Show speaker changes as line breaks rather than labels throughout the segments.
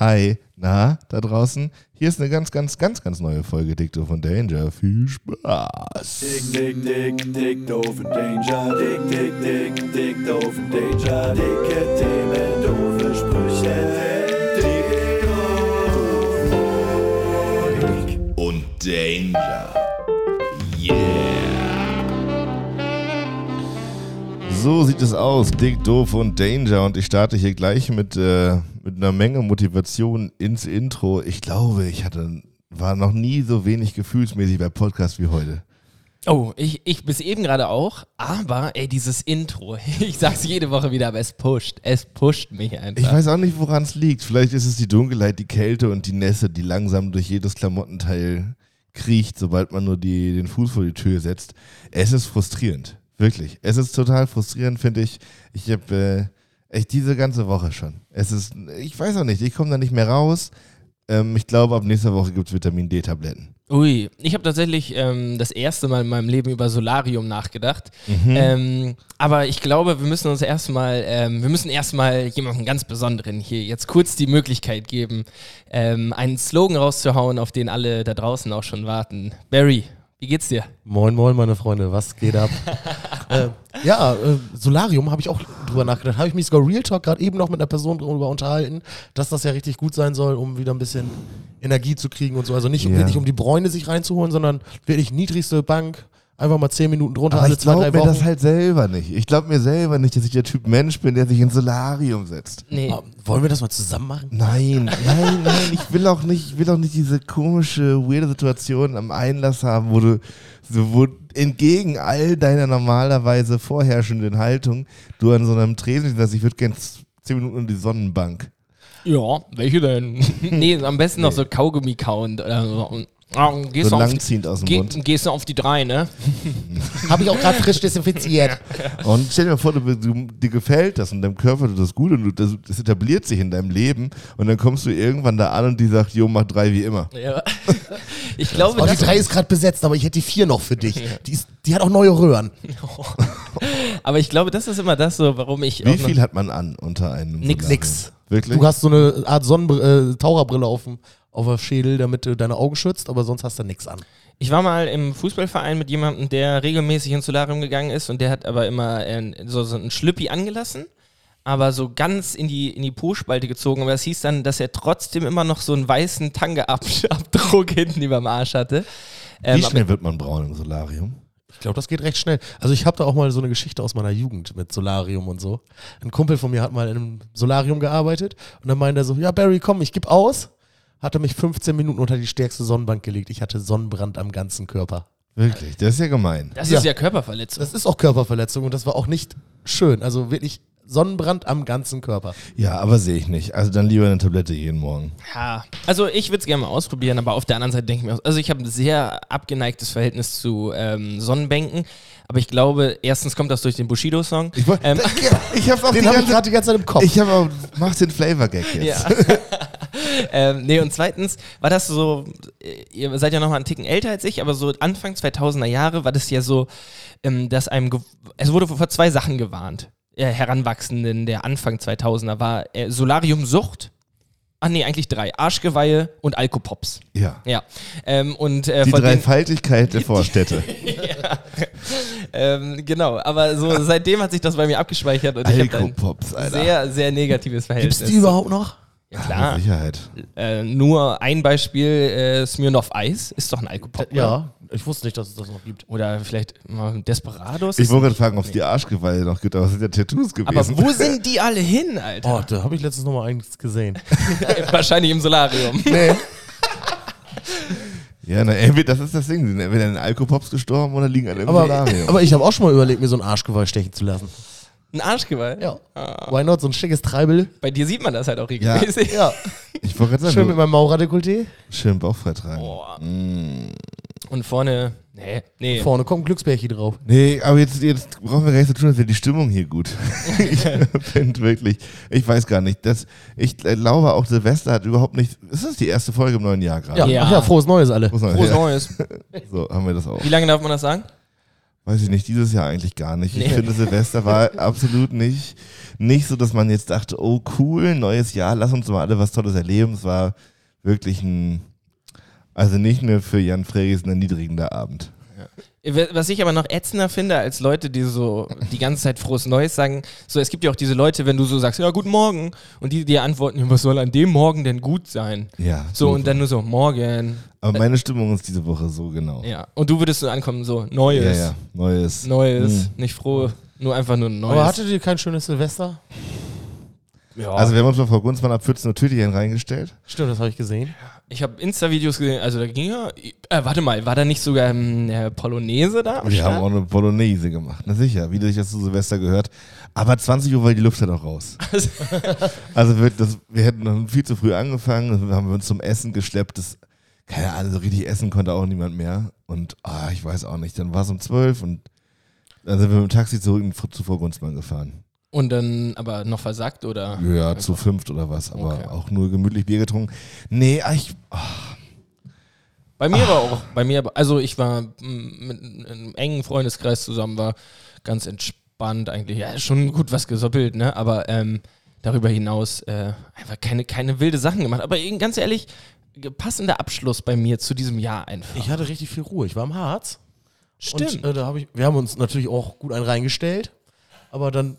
Hi, na, da draußen. Hier ist eine ganz, ganz, ganz, ganz neue Folge Dick Doof und Danger. Viel Spaß.
Dick, dick, dick, dick, doof und Danger. Dick, dick, dick, dick, doof und Danger. Dicke Themen, doofe Sprüche. Dick, doof. Dick.
Und Danger. Yeah. So sieht es aus. Dick, doof und Danger. Und ich starte hier gleich mit, äh, mit einer Menge Motivation ins Intro. Ich glaube, ich hatte, war noch nie so wenig gefühlsmäßig bei Podcasts wie heute.
Oh, ich, ich bis eben gerade auch, aber ey, dieses Intro, ich sag's jede Woche wieder, aber es pusht, es pusht mich
Ich
einfach.
weiß auch nicht, woran es liegt. Vielleicht ist es die Dunkelheit, die Kälte und die Nässe, die langsam durch jedes Klamottenteil kriecht, sobald man nur die, den Fuß vor die Tür setzt. Es ist frustrierend. Wirklich. Es ist total frustrierend, finde ich. Ich habe äh, echt diese ganze Woche schon. Es ist, ich weiß auch nicht, ich komme da nicht mehr raus. Ähm, ich glaube, ab nächster Woche gibt es Vitamin D-Tabletten.
Ui, ich habe tatsächlich ähm, das erste Mal in meinem Leben über Solarium nachgedacht.
Mhm.
Ähm, aber ich glaube, wir müssen uns erstmal, ähm, wir müssen erstmal jemandem ganz Besonderen hier jetzt kurz die Möglichkeit geben, ähm, einen Slogan rauszuhauen, auf den alle da draußen auch schon warten. Barry, wie geht's dir?
Moin, moin, meine Freunde, was geht ab? äh, ja, äh, Solarium habe ich auch drüber nachgedacht. Habe ich mich sogar Real Talk gerade eben noch mit einer Person drüber unterhalten, dass das ja richtig gut sein soll, um wieder ein bisschen Energie zu kriegen und so. Also nicht
Ja.
wirklich, um die Bräune sich reinzuholen, sondern wirklich niedrigste Bank, einfach mal zehn Minuten drunter,
Aber
alle
ich
zwei,
glaube
drei
mir
Wochen.
das halt selber nicht. Ich glaube mir selber nicht, dass ich der Typ Mensch bin, der sich ins Solarium setzt.
Nee.
Ah, Wollen wir das mal zusammen machen?
Nein, nein, nein, ich will auch nicht, ich will auch nicht diese komische, weirde Situation am Einlass haben, wo du so, wo entgegen all deiner normalerweise vorherrschenden Haltung du an so einem Tresen sagst, ich würde gern z- zehn Minuten in die Sonnenbank.
Ja, welche denn? nee, am besten noch so Kaugummi kauen. Oder so. Ah, Gehst
So
du auf,
langziehend aus dem
Ge
Mund.
gehst du auf die drei, ne?
Habe ich auch gerade frisch desinfiziert.
Und stell dir mal vor, du, du, dir gefällt das und deinem Körper tut das gut und du, das, das etabliert sich in deinem Leben und dann kommst du irgendwann da an und die sagt, jo, mach drei wie immer.
Ja. Ich glaube,
Oh, die
das,
drei ist gerade besetzt, aber ich hätte die vier noch für dich. Die, ist, die hat auch neue Röhren.
aber ich glaube, das ist immer das so, warum ich.
Wie
auch noch-
viel hat man an unter einem?
Nix.
Solarium?
Nix.
Wirklich?
Du hast so eine Art Sonnenbrille, äh, Taucherbrille auf dem, auf dem Schädel, damit du deine Augen schützt, aber sonst hast du nichts an.
Ich war mal im Fußballverein mit jemandem, der regelmäßig ins Solarium gegangen ist und der hat aber immer äh, so, so einen Schlüppi angelassen, aber so ganz in die, in die Po-Spalte gezogen. Aber das hieß dann, dass er trotzdem immer noch so einen weißen Tange-Abdruck hinten über dem Arsch hatte.
Wie
Ähm, aber-
schnell wird man braun im Solarium?
Ich glaube, das geht recht schnell. Also ich habe da auch mal so eine Geschichte aus meiner Jugend mit Solarium und so. Ein Kumpel von mir hat mal in einem Solarium gearbeitet und dann meinte er so, ja Barry, komm, ich geb aus. Hatte mich 15 Minuten unter die stärkste Sonnenbank gelegt. Ich hatte Sonnenbrand am ganzen Körper.
Wirklich, das ist ja gemein.
das
Ja.
ist ja Körperverletzung.
Das ist auch Körperverletzung und das war auch nicht schön. Also wirklich Sonnenbrand am ganzen Körper.
Ja, aber sehe ich nicht. Also dann lieber eine Tablette jeden Morgen.
Ja, also ich würde es gerne mal ausprobieren, aber auf der anderen Seite denke ich mir, auch- also ich habe ein sehr abgeneigtes Verhältnis zu ähm, Sonnenbänken, aber ich glaube, erstens kommt das durch den Bushido-Song.
Ich, wollt-
Ähm,
ich habe auch
Den
die
habe ich
ganze,
gerade die ganze Zeit im Kopf.
ich habe auch, mach den Flavor-Gag jetzt.
ja. ähm, nee, und zweitens war das so, äh, ihr seid ja noch mal einen Ticken älter als ich, aber so Anfang 2000er Jahre war das ja so, ähm, dass einem, ge- es wurde vor zwei Sachen gewarnt, äh, Heranwachsenden der Anfang 2000er war äh, Solariumsucht, ah nee, eigentlich drei, Arschgeweihe und Alkopops.
Ja.
Ja. Ähm, und äh,
Die
von den,
Dreifaltigkeit der Vorstädte.
ähm, genau, aber so seitdem hat sich das bei mir abgespeichert und ich habe
Alkopops,
ein
Alter. Ah,
sehr, sehr negatives Verhältnis.
Gibt's die überhaupt noch?
Ja,
Mit
klar.
Sicherheit.
Äh, nur ein Beispiel, äh, Smirnoff Eis ist doch ein Alkopop. oder?
Ja, ich wusste nicht, dass es das noch gibt.
Oder vielleicht mal Desperados.
Ich
ist
wollte
nicht-
gerade fragen, ob es die Arschgeweihe noch gibt, aber es sind ja Tattoos
aber
gewesen.
wo sind die alle hin, Alter?
Oh, da habe ich letztens noch mal eins gesehen.
Wahrscheinlich im Solarium.
Nee.
ja, na, entweder, das ist das Ding. Sind entweder in Alkopops gestorben oder liegen alle im
Aber,
Solarium.
aber ich habe auch schon mal überlegt, mir so ein Arschgeweih stechen zu lassen.
Ein Arschgeweih. Ah,
Ja. Why not? So ein schickes Treibel.
Bei dir sieht man das halt auch regelmäßig.
Ja.
ich wollte gerade
Schön mit
sagen,
meinem Maurerdekolleté.
du- schön Bauch freitragen.
Boah.
Mm.
Und vorne, nee, nee.
Vorne kommt ein Glücksbärchen drauf.
Nee, aber jetzt, jetzt brauchen wir gar nichts zu tun, als wäre die Stimmung hier gut. ich finde wirklich, ich weiß gar nicht. Das, ich glaube auch Silvester hat überhaupt nicht. Ist das die erste Folge im neuen Jahr gerade?
Ja.
Ja.
Ach ja, frohes Neues alle.
Muss man-
Frohes
ja.
Neues.
So haben wir das auch.
Wie lange darf man das sagen?
Weiß ich nicht, dieses Jahr eigentlich gar nicht. Ich
Nee.
finde, Silvester war absolut nicht, nicht so, dass man jetzt dachte, oh cool, neues Jahr, lass uns mal alle was Tolles erleben. Es war wirklich ein, also nicht nur für Jan Freges ein erniedrigender Abend.
Was ich aber noch ätzender finde, als Leute, die so die ganze Zeit frohes Neues sagen, so es gibt ja auch diese Leute, wenn du so sagst, ja, guten Morgen, und die dir antworten, ja, was soll an dem Morgen denn gut sein?
Ja.
So, und dann nur so, morgen.
Aber meine Stimmung ist diese Woche so genau.
Ja. Und du würdest so ankommen, so, Neues.
Ja, ja. Neues.
Neues,
Hm.
nicht froh, nur einfach nur Neues.
Aber hattet ihr kein schönes Silvester?
ja.
Also wir haben uns bei Frau Gunzmann ab 14 Uhr Tütchen reingestellt.
Stimmt, das habe ich gesehen.
ich habe Insta-Videos gesehen, also da ging ja, äh, warte mal, war da nicht sogar ähm, der Polonaise da? am
Wir
Start?
haben auch eine Polonaise gemacht, na sicher, wie sich das zu Silvester gehört. Aber 20 Uhr war die Luft halt auch raus.
Also-
Also wir, das, wir hätten dann viel zu früh angefangen, dann haben wir uns zum Essen geschleppt. Das, keine Ahnung, so richtig essen konnte auch niemand mehr. Und ah, ich weiß auch nicht, dann war es um 12 und dann sind wir mit dem Taxi zurück in- zu Frau Gunzmann gefahren.
Und dann aber noch versagt oder?
Ja, zu fünft oder was, aber
Okay.
auch nur gemütlich Bier getrunken. Nee, ah, ich,
Bei
Ah.
mir war auch, bei mir, also ich war mm, mit einem engen Freundeskreis zusammen, war ganz entspannt eigentlich. Ja, schon gut was gesoppelt, ne? Aber ähm, darüber hinaus äh, einfach keine, keine wilde Sachen gemacht. Aber eben ganz ehrlich, ge- passender Abschluss bei mir zu diesem Jahr einfach.
Ich hatte richtig viel Ruhe. Ich war im Harz. Und äh, da hab ich, wir haben uns natürlich auch gut einen reingestellt. Aber dann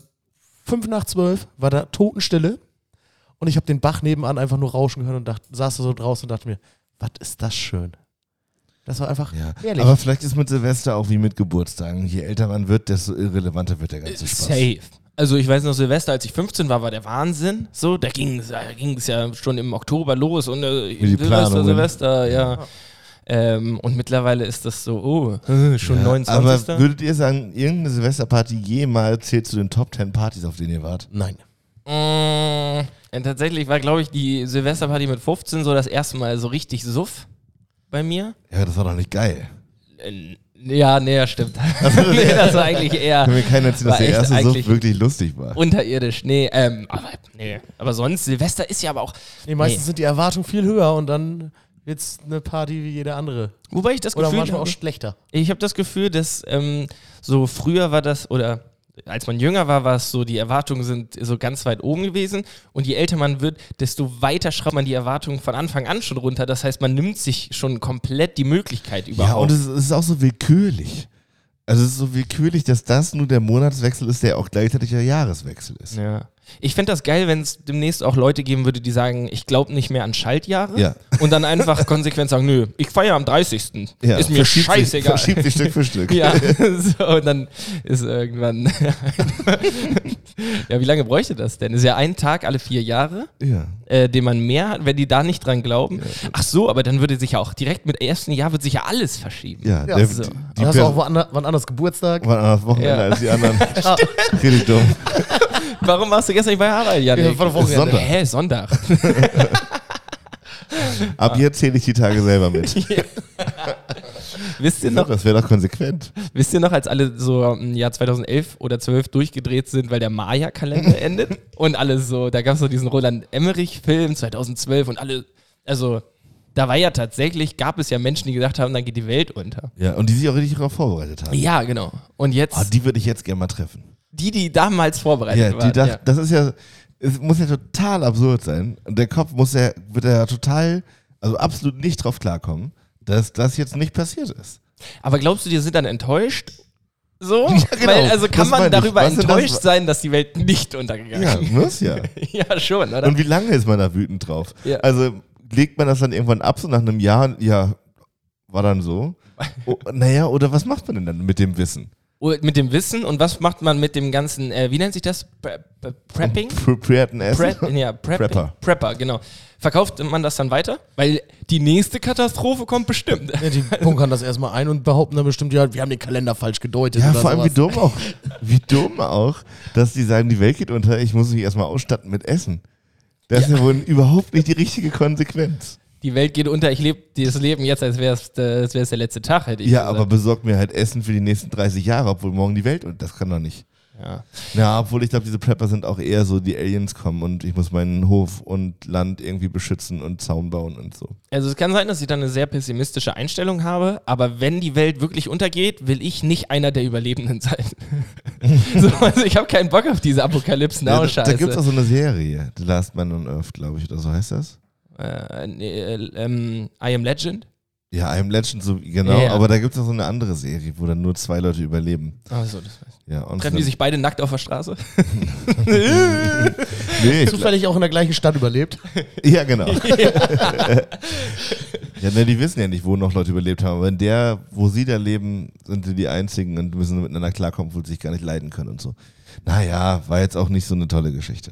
fünf nach zwölf war da Totenstille. Und ich habe den Bach nebenan einfach nur rauschen gehört und dachte, saß da so draußen und dachte mir, was ist das schön? Das war einfach
ja.
ehrlich.
Aber vielleicht ist mit Silvester auch wie mit Geburtstagen. Je älter man wird, desto irrelevanter wird der ganze Spaß.
äh, Safe. Also ich weiß noch, Silvester, als ich 15 war, war der Wahnsinn. So, da ging es da ging's ja schon im Oktober los und äh,
die
Silvester,
Planungen.
Silvester, ja. Ähm, und mittlerweile ist das so, oh, äh, schon
Ja,
29.
Aber würdet ihr sagen, irgendeine Silvesterparty jemals zählt zu den Top 10 Partys, auf denen ihr wart?
Nein.
Mm, ja, tatsächlich war, glaube ich, die Silvesterparty mit 15 so das erste Mal so richtig Suff bei mir.
Ja, das war doch nicht geil.
Äh, Ja, nee, ja, stimmt. nee, das war eigentlich eher
Kann mir keiner erzählen, dass
war
der
echt
erste Suff
eigentlich-
wirklich lustig war.
unterirdisch. Nee, ähm, aber, nee. aber sonst, Silvester ist ja aber auch.
Nee, meistens
Nee.
sind die Erwartungen viel höher und dann wird's eine Party wie jede andere.
Wobei ich das
Oder
Gefühl
manchmal auch
habe-
schlechter.
Ich habe das Gefühl, dass ähm, so früher war das, oder als man jünger war, war es so, die Erwartungen sind so ganz weit oben gewesen. Und je älter man wird, desto weiter schraubt man die Erwartungen von Anfang an schon runter. Das heißt, man nimmt sich schon komplett die Möglichkeit
ja, und
überhaupt.
es es ist auch so willkürlich. Also es ist so willkürlich, dass das nur der Monatswechsel ist, der auch gleichzeitig der Jahreswechsel ist.
ja. Ich fände das geil, wenn es demnächst auch Leute geben würde, die sagen, ich glaube nicht mehr an Schaltjahre.
Ja.
Und dann einfach konsequent sagen, nö, ich feiere am 30.
Ja,
Ist mir
verschiebt
scheißegal.
Sich, verschiebt sich Stück für Stück.
Ja, so, und dann ist irgendwann. ja, wie lange bräuchte das denn? Ist ja ein Tag alle vier Jahre,
ja.
äh, den man mehr hat, wenn die da nicht dran glauben. Ach so, aber dann würde sich ja auch direkt mit ersten Jahr wird sich ja alles verschieben.
Ja,
Ja,
der,
so.
die, die
Dann hast du auch
Person
wann, wann anders Geburtstag.
war anders Wochenende
Ja.
als die anderen. Richtig dumm.
Warum warst du gestern nicht bei Harald, Janik?
Ja, war doch
Wochenende. Sonntag.
Hä, Sonntag.
Ab jetzt zähle Ah. ich die Tage selber mit.
wisst, ihr noch,
Das wäre doch konsequent.
wisst ihr noch, als alle so im Jahr 2011 oder 12 durchgedreht sind, weil der Maya-Kalender endet? Und alle so, da gab es so diesen Roland Emmerich-Film 2012 und alle, also da war ja tatsächlich, gab es ja Menschen, die gedacht haben, dann geht die Welt unter.
Ja, und die sich auch richtig darauf vorbereitet haben.
Ja, genau. Und jetzt
Ah, die würde ich jetzt gerne mal treffen.
die, die damals vorbereitet
Ja, die
waren.
dacht, das ist ja, es muss ja total absurd sein. Und der Kopf muss ja, wird ja total, also absolut nicht drauf klarkommen, dass das jetzt nicht passiert ist.
Aber glaubst du, die sind dann enttäuscht? So?
genau.
Weil, also
Das meine
kann man
ich.
darüber
Was denn das
enttäuscht
war-
sein, dass die Welt nicht
Ja,
untergegangen
muss ja.
ist. Ja, schon, oder?
Und wie lange ist man da wütend drauf?
Ja.
Also legt man das dann irgendwann ab, so nach einem Jahr, ja, war dann so. Oh, naja, oder was macht man denn dann mit dem Wissen?
Und mit dem Wissen und was macht man mit dem ganzen, äh, wie nennt sich das? Pre Pre Prepping?
Preparten Essen?
Prep, ja, Prepping.
Prepper.
Prepper, genau. Verkauft man das dann weiter? Weil die nächste Katastrophe kommt bestimmt.
Ja, die bunkern das erstmal ein und behaupten dann bestimmt, ja, wir haben den Kalender falsch gedeutet.
Ja,
oder
vor allem wie
sowas.
dumm auch, wie dumm auch, dass die sagen, die Welt geht unter, ich muss mich erstmal ausstatten mit Essen. Das ist ja wohl überhaupt nicht die richtige Konsequenz.
Die Welt geht unter, ich lebe dieses Leben jetzt, als wäre es der letzte Tag, hätte ich
Ja,
gesagt.
aber besorg mir halt Essen für die nächsten 30 Jahre, obwohl morgen die Welt und das kann doch nicht.
Ja.
Ja, obwohl ich glaube, diese Prepper sind auch eher so, die Aliens kommen und ich muss meinen Hof und Land irgendwie beschützen und Zaun bauen und so.
Also es kann sein, dass ich dann eine sehr pessimistische Einstellung habe, aber wenn die Welt wirklich untergeht, will ich nicht einer der Überlebenden sein. so, also ich habe keinen Bock auf diese Apokalypse
Ja,
now
da da
scheiße
gibt es auch so eine Serie, The Last Man on Earth, glaube ich, oder so heißt das?
äh, nee, äh, ähm, I Am Legend.
Ja, I Am Legend, so, genau,
Ja.
aber da gibt es auch so eine andere Serie, wo dann nur zwei Leute überleben.
Also, das weiß ich.
Ja, und
Treffen die sich beide nackt auf der Straße?
Nee, ich,
Zufällig auch in der gleichen Stadt überlebt.
ja, genau. ja, ne, die wissen ja nicht, wo noch Leute überlebt haben, aber in der, wo sie da leben, sind sie die Einzigen und müssen miteinander klarkommen, obwohl sie sich gar nicht leiden können und so. Naja, war jetzt auch nicht so eine tolle Geschichte.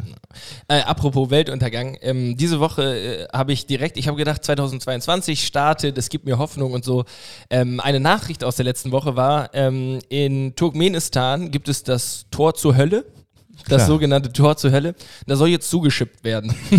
Äh, apropos Weltuntergang, ähm, diese Woche äh, habe ich direkt, ich habe gedacht, 2022 startet, es gibt mir Hoffnung und so. Ähm, eine Nachricht aus der letzten Woche war, ähm, in Turkmenistan gibt es das Tor zur Hölle. Das
Klar.
sogenannte Tor zur Hölle. Da soll jetzt zugeschippt werden.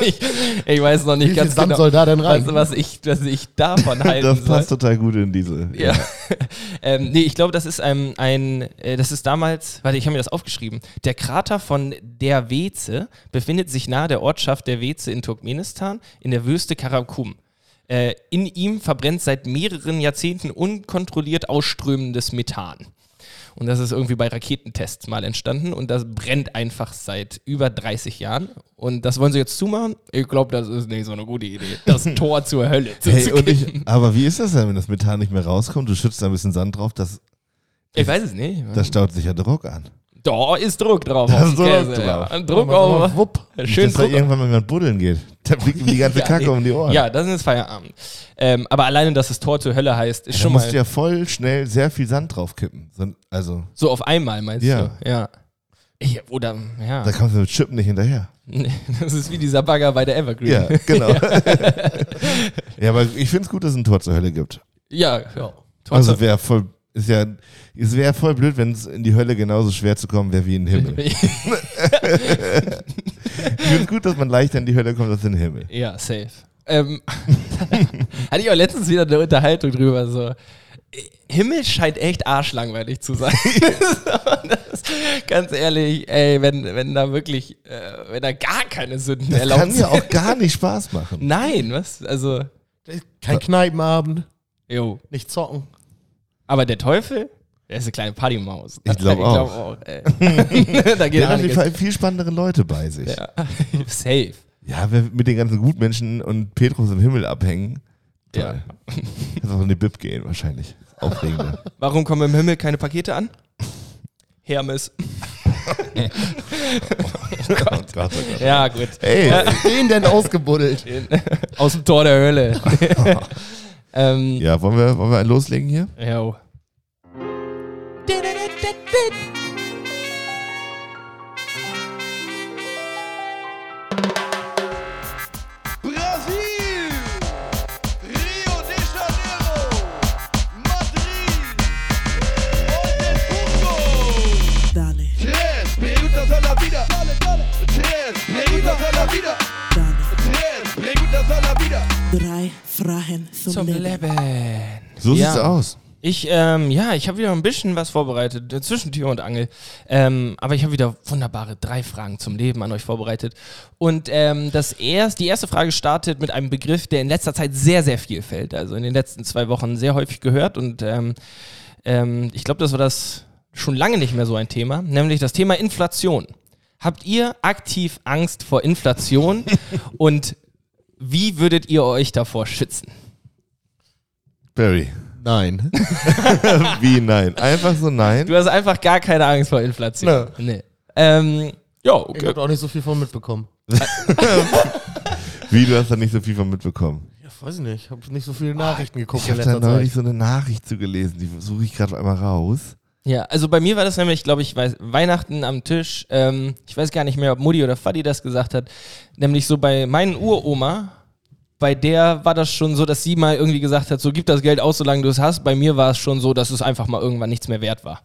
ich, ich weiß noch nicht
Wie viel
ganz
Sand
genau,
soll da denn rein?
Was, was, ich, was ich davon halten
Das
soll.
passt total gut in diese.
ne? Ja. ähm, nee, ich glaube, das ist ein, ein äh, das ist damals, warte, ich habe mir das aufgeschrieben. Der Krater von der Weze befindet sich nahe der Ortschaft der Weze in Turkmenistan in der Wüste Karakum. Äh, in ihm verbrennt seit mehreren Jahrzehnten unkontrolliert ausströmendes Methan. Und das ist irgendwie bei Raketentests mal entstanden und das brennt einfach seit über 30 Jahren. Und das wollen sie jetzt zumachen? Ich glaube, das ist nicht so eine gute Idee. Das Tor zur Hölle. zu-
Hey,
zu
und
kippen.
ich, aber wie ist das denn, wenn das Methan nicht mehr rauskommt? Du schützt da ein bisschen Sand drauf, das,
ich weiß es nicht.
das staut sich ja Druck an.
Da ist Druck drauf.
Da
auf
ist
den
Druck
Käse,
drauf.
ja. Druck
Aber
auf.
Wupp.
Schön
Dass da
Druck. auf-
irgendwann mal jemand buddeln geht. Da fliegt ihm die ganze
Ja,
Kacke
nee.
um die Ohren.
Ja, das ist Feierabend. Ähm, aber alleine, dass es Tor zur Hölle heißt, ist
da
schon
musst
mal
du ja voll schnell sehr viel Sand draufkippen. So- Also,
so auf einmal, meinst
Ja.
du? Ja. Ich, oder, ja.
da kommst du mit Chip nicht hinterher.
Nee, Das ist wie dieser Bagger bei der Evergreen.
Ja, genau. ja. aber ich finde es gut, dass es ein Tor zur Hölle gibt.
Ja. Tor
Also
zur-
wäre voll, ist ja, es wäre voll blöd, wenn es in die Hölle genauso schwer zu kommen wäre wie in den Himmel. Ich finde es gut, dass man leichter in die Hölle kommt als in den Himmel.
Ja, safe. Ähm, hatte ich auch letztens wieder eine Unterhaltung drüber. So. Himmel scheint echt arschlangweilig zu sein. das, ganz ehrlich, ey, wenn, wenn da wirklich, äh, wenn da gar keine Sünden
Das
erlaubt
kann
sind.
ja auch gar nicht Spaß machen.
Nein, was? Also,
Kein Kneipenabend,
jo.
nicht zocken.
Aber der Teufel, der ist eine kleine Partymaus.
Ich glaub auch.
ey. da geht
Der hat auf jeden
einiges.
Fall viel spannendere Leute bei sich. Ja,
Ja. Safe.
wer mit den ganzen Gutmenschen und Petrus im Himmel abhängen.
Ja.
Toll. Kannst auch in die Bib gehen wahrscheinlich. Aufregender.
Warum kommen im Himmel keine Pakete an? Hermes.
Oh Gott, oh Gott.
Ja, gut.
Ey,
Wen denn ausgebuddelt?
Aus dem Tor der Hölle. ähm,
ja, wollen wir, wollen wir einen loslegen hier?
Jo.
Brasil, Rio de Janeiro, Madrid, Oldenburgo.
Dale,
Tres preguntas a la vida. Tres preguntas a la vida.
dale.
Tres preguntas a la vida.
Drei Fragen zum,
Zum
Leben.
Leben.
So
Ja.
sieht's aus.
Ich, ähm, ja, ich habe wieder ein bisschen was vorbereitet, äh, zwischen Tür und Angel. Ähm, aber ich habe wieder wunderbare drei Fragen zum Leben an euch vorbereitet. Und ähm, das erst, die erste Frage startet mit einem Begriff, der in letzter Zeit sehr, sehr viel fällt. Also in den letzten zwei Wochen sehr häufig gehört. Und ähm, ähm, ich glaube, das war das schon lange nicht mehr so ein Thema, nämlich das Thema Inflation. Habt ihr aktiv Angst vor Inflation? und wie würdet ihr euch davor schützen?
Barry.
Nein.
Wie nein? Einfach so nein.
Du hast einfach gar keine Angst vor Inflation. Nee. Ähm, ja,
Ich
okay.
habe auch nicht so viel von mitbekommen.
Wie, du hast da nicht so viel von mitbekommen.
Ja, weiß ich nicht. Ich habe nicht so viele Nachrichten geguckt
Ich habe da neulich so eine Nachricht zu gelesen, die suche ich gerade einmal raus.
Ja, also bei mir war das nämlich, glaube ich, weiß, Weihnachten am Tisch. Ähm, ich weiß gar nicht mehr, ob Mutti oder Fadi das gesagt hat. Nämlich so bei meinen Uroma, bei der war das schon so, dass sie mal irgendwie gesagt hat, so gib das Geld aus, solange du es hast. Bei mir war es schon so, dass es einfach mal irgendwann nichts mehr wert war.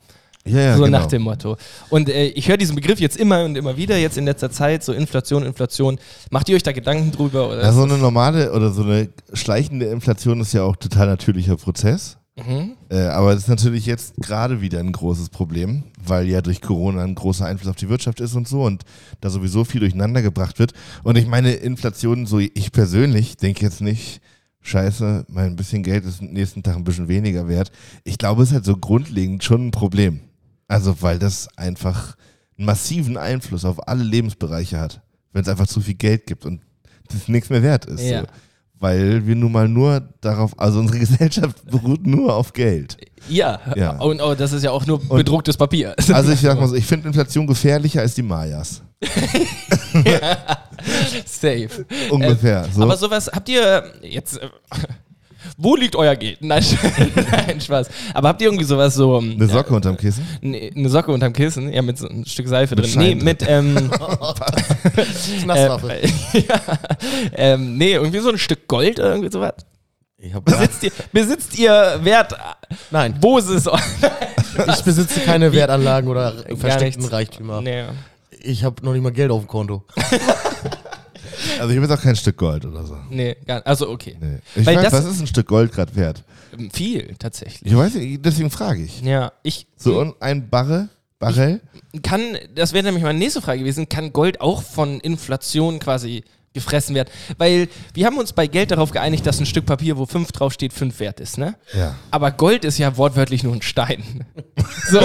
Ja, ja,
so
genau.
nach dem Motto. Und äh, ich höre diesen Begriff jetzt immer und immer wieder, jetzt in letzter Zeit, so Inflation, Inflation. Macht ihr euch da Gedanken drüber? Oder?
Ja, so eine normale oder so eine schleichende Inflation ist ja auch total natürlicher Prozess.
Mhm.
Äh, aber das ist natürlich jetzt gerade wieder ein großes Problem, weil ja durch Corona ein großer Einfluss auf die Wirtschaft ist und so und da sowieso viel durcheinander gebracht wird. Und ich meine, Inflation, so ich persönlich denke jetzt nicht, scheiße, mein bisschen Geld ist am nächsten Tag ein bisschen weniger wert. Ich glaube, es ist halt so grundlegend schon ein Problem. Also, weil das einfach einen massiven Einfluss auf alle Lebensbereiche hat, wenn es einfach zu viel Geld gibt und das nichts mehr wert ist.
Ja.
So. Weil wir nun mal nur darauf, also unsere Gesellschaft beruht nur auf Geld.
Ja,
Ja.
und oh, das ist ja auch nur bedrucktes Papier.
Also ich sag mal so, ich finde Inflation gefährlicher als die Mayas.
Safe.
Ungefähr. so.
Äh, Aber sowas habt ihr äh, jetzt. Äh, wo liegt euer Geld? Nein, Nein, Spaß. Aber habt ihr irgendwie sowas so. ähm,
Eine Socke unterm Kissen.
Nee, eine Socke unterm Kissen, ja, mit so ein Stück Seife
Mit
drin.
Schein drin.
nee, mit, ähm,
Oh, Knastwaffe.
äh, ja, ähm, nee, irgendwie so ein Stück Gold oder irgendwie sowas.
ich hab,
Besitzt ihr, besitzt ihr Wert,
nein,
wo ist es?
ich besitze keine Wertanlagen oder versteckten
nichts.
Reichtümer.
nee.
Ich habe noch nicht mal Geld auf dem Konto.
Also ich habe jetzt auch kein Stück Gold oder so.
Nee, gar, also okay.
Nee. Ich
Weil
weiß,
das-
was ist ein Stück Gold gerade wert?
Ähm, Viel, tatsächlich.
Ich weiß nicht, deswegen frage ich.
Ja, ich
So und ein Barre, Barrel?
kann, das wäre nämlich meine nächste Frage gewesen, kann Gold auch von Inflation quasi gefressen werden? Weil wir haben uns bei Geld darauf geeinigt, dass ein Stück Papier, wo 5 draufsteht, 5 wert ist, ne?
Ja.
Aber Gold ist ja wortwörtlich nur ein Stein. So.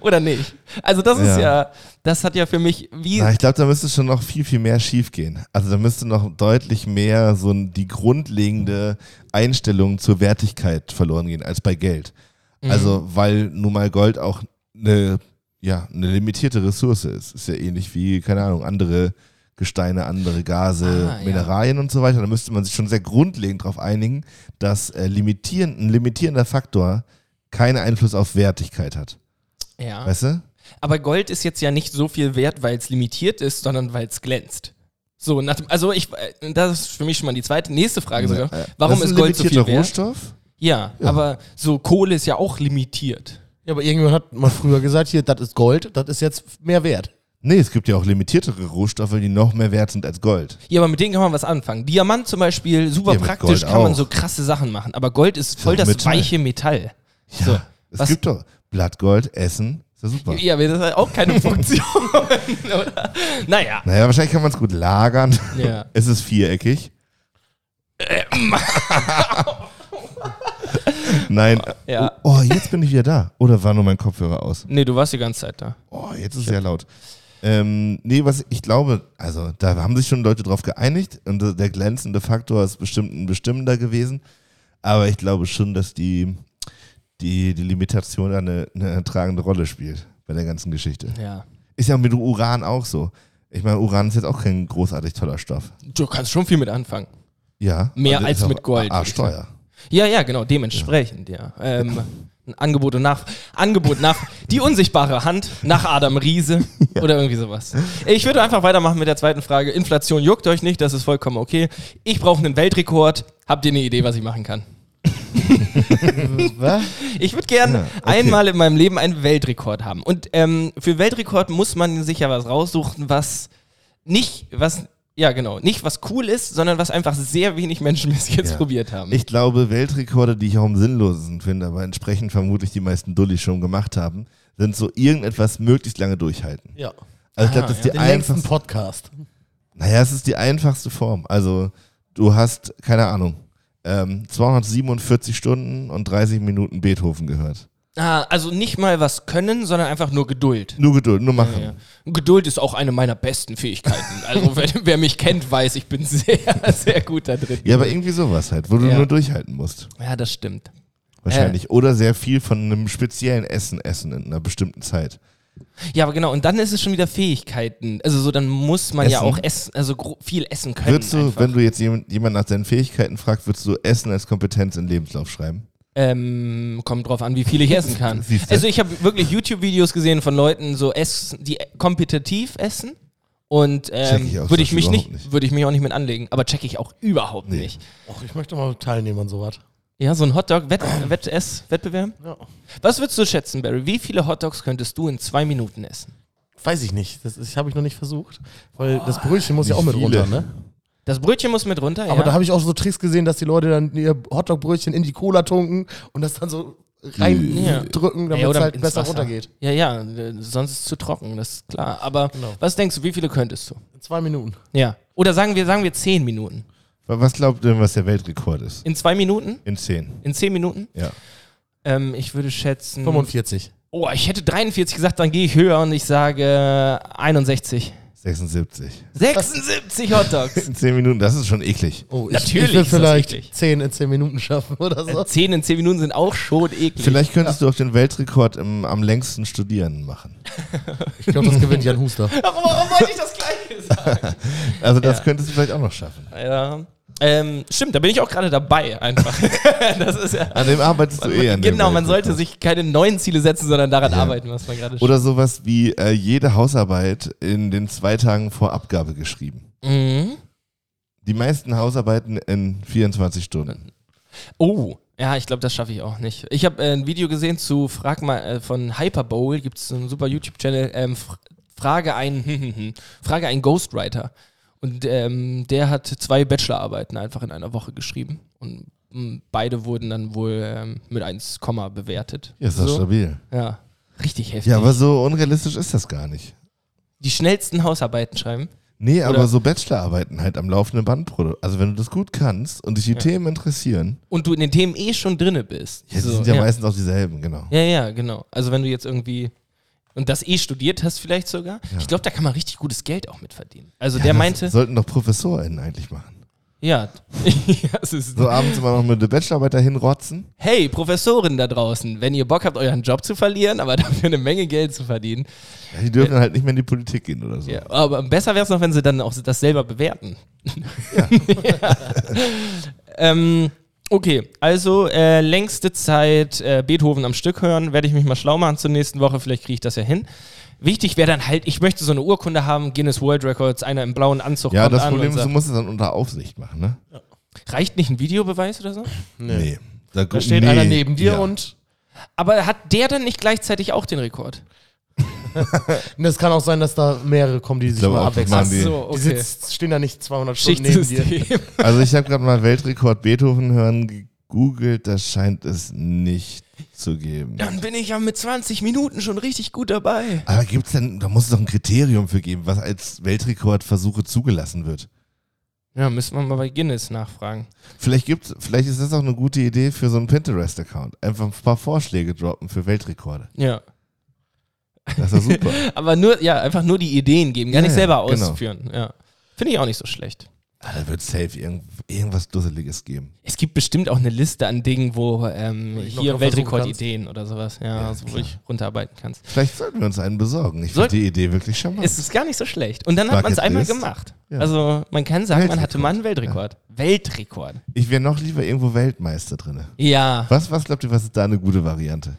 Oder nicht? Also das ist
Ja.
ja, das hat ja für mich wie
Na, ich glaube, da müsste schon noch viel, viel mehr schief gehen. Also da müsste noch deutlich mehr so ein- die grundlegende Einstellung zur Wertigkeit verloren gehen als bei Geld.
Mhm.
Also weil nun mal Gold auch eine ja, eine limitierte Ressource ist. Ist ja ähnlich wie, keine Ahnung, andere Gesteine, andere Gase,
Ah, ja.
Mineralien und so weiter. Da müsste man sich schon sehr grundlegend darauf einigen, dass äh, limitieren, ein limitierender Faktor keinen Einfluss auf Wertigkeit hat.
ja.
Weißt du?
Aber Gold ist jetzt ja nicht so viel wert, weil es limitiert ist, sondern weil es glänzt. So, nach dem, also ich, äh, das ist für mich schon mal die zweite, nächste Frage sogar.
Äh,
Warum
das
ist
ein
Gold so viel
limitierter
wert?
Rohstoff?
Ja, aber so Kohle ist ja auch limitiert.
Ja, aber irgendwann hat man früher gesagt, hier, das ist Gold, das ist jetzt mehr wert.
Nee, es gibt ja auch limitiertere Rohstoffe, die noch mehr wert sind als Gold.
Ja, aber mit denen kann man was anfangen. Diamant zum Beispiel, super
Ja, mit
praktisch,
Gold
kann man
auch.
so krasse Sachen machen. Aber Gold ist voll das
Metall.
weiche Metall. Ja, so.
Es
Was-
gibt doch Blattgold, Essen, ist ja super.
ja aber das hat auch keine Funktion. oder? Naja.
Naja, wahrscheinlich kann man es gut lagern.
Ja.
Es ist viereckig. Nein.
Ja.
Oh, oh, jetzt bin ich wieder da. Oder war nur mein Kopfhörer aus?
Nee, du warst die ganze Zeit da.
Oh, jetzt ist sehr laut. Ähm, nee, was ich glaube, also da haben sich schon Leute drauf geeinigt und der glänzende Faktor ist bestimmt ein bestimmender gewesen. Aber ich glaube schon, dass die, die, die Limitation da eine, eine tragende Rolle spielt bei der ganzen Geschichte.
Ja.
Ist ja mit Uran auch so. Ich meine, Uran ist jetzt auch kein großartig toller Stoff.
Du kannst schon viel mit anfangen.
Ja.
Mehr
Und der
als
ist auch
mit Gold.
Arschteuer.
Ja, ja, genau, dementsprechend, ja. Ähm, ein Angebot und nach Angebot nach die unsichtbare Hand nach Adam Riese oder irgendwie sowas. Ich würde einfach weitermachen mit der zweiten Frage. Inflation juckt euch nicht, das ist vollkommen okay. Ich brauche einen Weltrekord. Habt ihr eine Idee, was ich machen kann?
Was?
Ich würde gern
Ja, okay.
einmal in meinem Leben einen Weltrekord haben. Und ähm, für Weltrekord muss man sich ja was raussuchen, was nicht, was, ja genau, nicht was cool ist, sondern was einfach sehr wenig Menschen bis jetzt
Ja.
probiert haben.
Ich glaube, Weltrekorde, die ich auch am sinnlosesten finde, aber entsprechend vermutlich die meisten Dullis schon gemacht haben, sind so irgendetwas möglichst lange durchhalten.
Ja.
Also
Ah,
ich glaube, das ist die
Den längsten
einfachste.
Podcast.
Naja, es ist die einfachste Form. Also du hast, keine Ahnung, ähm, 247 Stunden und 30 Minuten Beethoven gehört.
Ah, also nicht mal was können, sondern einfach nur Geduld.
Nur Geduld, nur machen.
Ja. Geduld ist auch eine meiner besten Fähigkeiten. Also wer, wer mich kennt, weiß, ich bin sehr, sehr gut da drin.
Ja, aber irgendwie sowas halt, wo du
Ja.
nur durchhalten musst.
Ja, das stimmt.
Wahrscheinlich. Oder sehr viel von einem speziellen Essen essen in einer bestimmten Zeit.
Ja, aber genau, und dann ist es schon wieder Fähigkeiten. Also so, dann muss man ja
Essen.
auch essen, also gro- viel essen können.
Würdest du,
einfach.
wenn du jetzt jemand, jemand nach seinen Fähigkeiten fragst, würdest du Essen als Kompetenz in den Lebenslauf schreiben?
Ähm, kommt drauf an, wie viel ich essen kann.
Siehst du?
also ich habe wirklich YouTube-Videos gesehen von Leuten, so essen, die kompetitiv essen. Und ähm,
ich auch
würde ich
zum
mich
Beispiel
nicht,
überhaupt nicht.
würde ich mich auch nicht mit anlegen. Aber checke ich auch überhaupt
Nee.
nicht.
Och, ich möchte mal teilnehmen an sowas.
Ja, so ein Hotdog-Wettbewerb.
Ja.
Was würdest du schätzen, Barry? Wie viele Hotdogs könntest du in zwei Minuten essen?
Weiß ich Oh, nicht. Das habe ich noch nicht versucht. Weil das Brötchen muss ja
Wie
auch mit
viele?
runter, ne?
Das Brötchen muss mit runter,
Aber
ja.
da habe ich auch so Tricks gesehen, dass die Leute dann ihr Hotdog-Brötchen in die Cola tunken und das dann so
Ja.
reindrücken, damit
Ja,
es
oder
halt
ins
besser
Wasser.
runtergeht.
Ja, ja, äh, sonst ist es zu trocken, das ist klar. Aber
Genau.
was denkst du, wie viele könntest du?
In zwei Minuten.
Ja. Oder sagen wir, sagen wir zehn Minuten.
Wa- Was glaubt ihr, denn, was der Weltrekord ist?
In zwei Minuten?
In 10.
In zehn Minuten?
Ja.
Ähm, ich würde schätzen.
45.
Oh, ich hätte 43 gesagt, dann gehe ich höher und ich sage äh, 61.
76.
76 Hotdogs.
In 10 Minuten, das ist schon eklig.
Oh, ich,
Natürlich
ich will
ist das eklig.
vielleicht 10 in 10 Minuten schaffen oder so.
10 in 10 Minuten sind auch schon eklig.
Vielleicht könntest du auch den Weltrekord im, am längsten studieren machen.
Ich glaube, das gewinnt Jan Huster.
Warum, warum wollte ich das gleiche sagen?
Also das
Ja.
könntest du vielleicht auch noch schaffen.
Ja. Ähm, stimmt, da bin ich auch gerade dabei einfach. das ist ja.
An dem arbeitest du eh an dem
Genau, man
Weltrekord.
sollte sich keine neuen Ziele setzen, sondern daran arbeiten, was man gerade
Oder sowas wie äh, jede Hausarbeit in den zwei Tagen vor Abgabe geschrieben.
sch- mhm.
Die meisten Hausarbeiten in 24 Stunden.
Oh. Ja, ich glaube, das schaffe ich auch nicht. Ich habe äh, ein Video gesehen zu Frag mal äh, von Hyperbowl, gibt es einen super YouTube-Channel, ähm, Fr- Frage einen Frage einen Ghostwriter. Und ähm, der hat zwei Bachelorarbeiten einfach in einer Woche geschrieben. Und mh, beide wurden dann wohl ähm, mit 1, Komma bewertet.
Ja, ist das
so,
stabil.
ja, richtig heftig.
Ja, aber so unrealistisch ist das gar nicht.
Die schnellsten Hausarbeiten schreiben.
Nee, aber
Oder-
so Bachelorarbeiten halt am laufenden Band. produ- Also wenn du das gut kannst und dich die Themen interessieren,
Und du in den Themen eh schon drinne bist.
ja, die
So,
sind ja,
ja.
meistens auch dieselben, genau.
Ja, ja, genau. Also wenn du jetzt irgendwie und das eh studiert hast vielleicht sogar. Ich glaube, da kann man richtig gutes Geld auch mit verdienen. Also der
das
meinte,
Sollten doch ProfessorInnen eigentlich machen.
ja, Ja, es ist,
So abends immer noch mit der Bachelorarbeit dahin rotzen.
hey Professorin da draußen, wenn ihr Bock habt, euren Job zu verlieren, aber dafür eine Menge Geld zu verdienen.
Ja, die dürfen halt nicht mehr in die Politik gehen oder so.
Ja, aber besser wäre es noch, wenn sie dann auch das selber bewerten. Ja. ähm, okay, also äh, längste Zeit äh, Beethoven am Stück hören, werde ich mich mal schlau machen zur nächsten Woche, vielleicht kriege ich das ja hin. Wichtig wäre dann halt, ich möchte so eine Urkunde haben, Guinness World Records, einer im blauen Anzug
Ja,
kommt
das
an
Problem
und
ist, du
sagt,
musst es dann unter Aufsicht machen, ne?
reicht nicht ein Videobeweis oder so?
Nee. Da,
Da steht einer neben dir und
Aber hat der dann nicht gleichzeitig auch den Rekord?
und es kann auch sein, dass da mehrere kommen, die sich
glaube
mal
auch, das
abwechseln.
machen die.
So,
Die
okay.
sitzt, stehen da nicht 200 Stunden neben dir.
Schichtsystem.
Also ich habe gerade mal Weltrekord Beethoven hören gegoogelt, das scheint es nicht zu geben.
Dann bin ich ja mit 20 Minuten schon richtig gut dabei.
Aber gibt's denn, da muss es doch ein Kriterium für geben, was als Weltrekordversuche zugelassen wird.
Ja, müssen wir mal bei Guinness nachfragen.
Vielleicht gibt's, vielleicht ist das auch eine gute Idee für so einen Pinterest-Account. Einfach ein paar Vorschläge droppen für Weltrekorde.
Ja.
Das ist doch super.
Aber nur, ja, einfach nur die Ideen geben,
Ja,
gar nicht
ja,
selber
genau.
ausführen. Ja. Finde ich auch nicht so schlecht.
ah, da wird safe irgend, irgendwas Dusseliges geben.
Es gibt bestimmt auch eine Liste an Dingen, wo ähm,
ich noch
hier
drauf versuchen
Weltrekordideen oder sowas, ja,
Ja,
so, wo ich runterarbeiten kannst.
Vielleicht sollten wir uns einen besorgen. Ich finde
Sollten-
die Idee wirklich charmant.
Es ist gar nicht so schlecht. Und dann hat man es
Bucketlist.
einmal gemacht.
Ja.
Also man kann sagen, man hatte mal einen Weltrekord. Weltrekord.
Ich wäre noch lieber irgendwo Weltmeister drinne.
Ja.
Was, was glaubt ihr, was ist da eine gute Variante?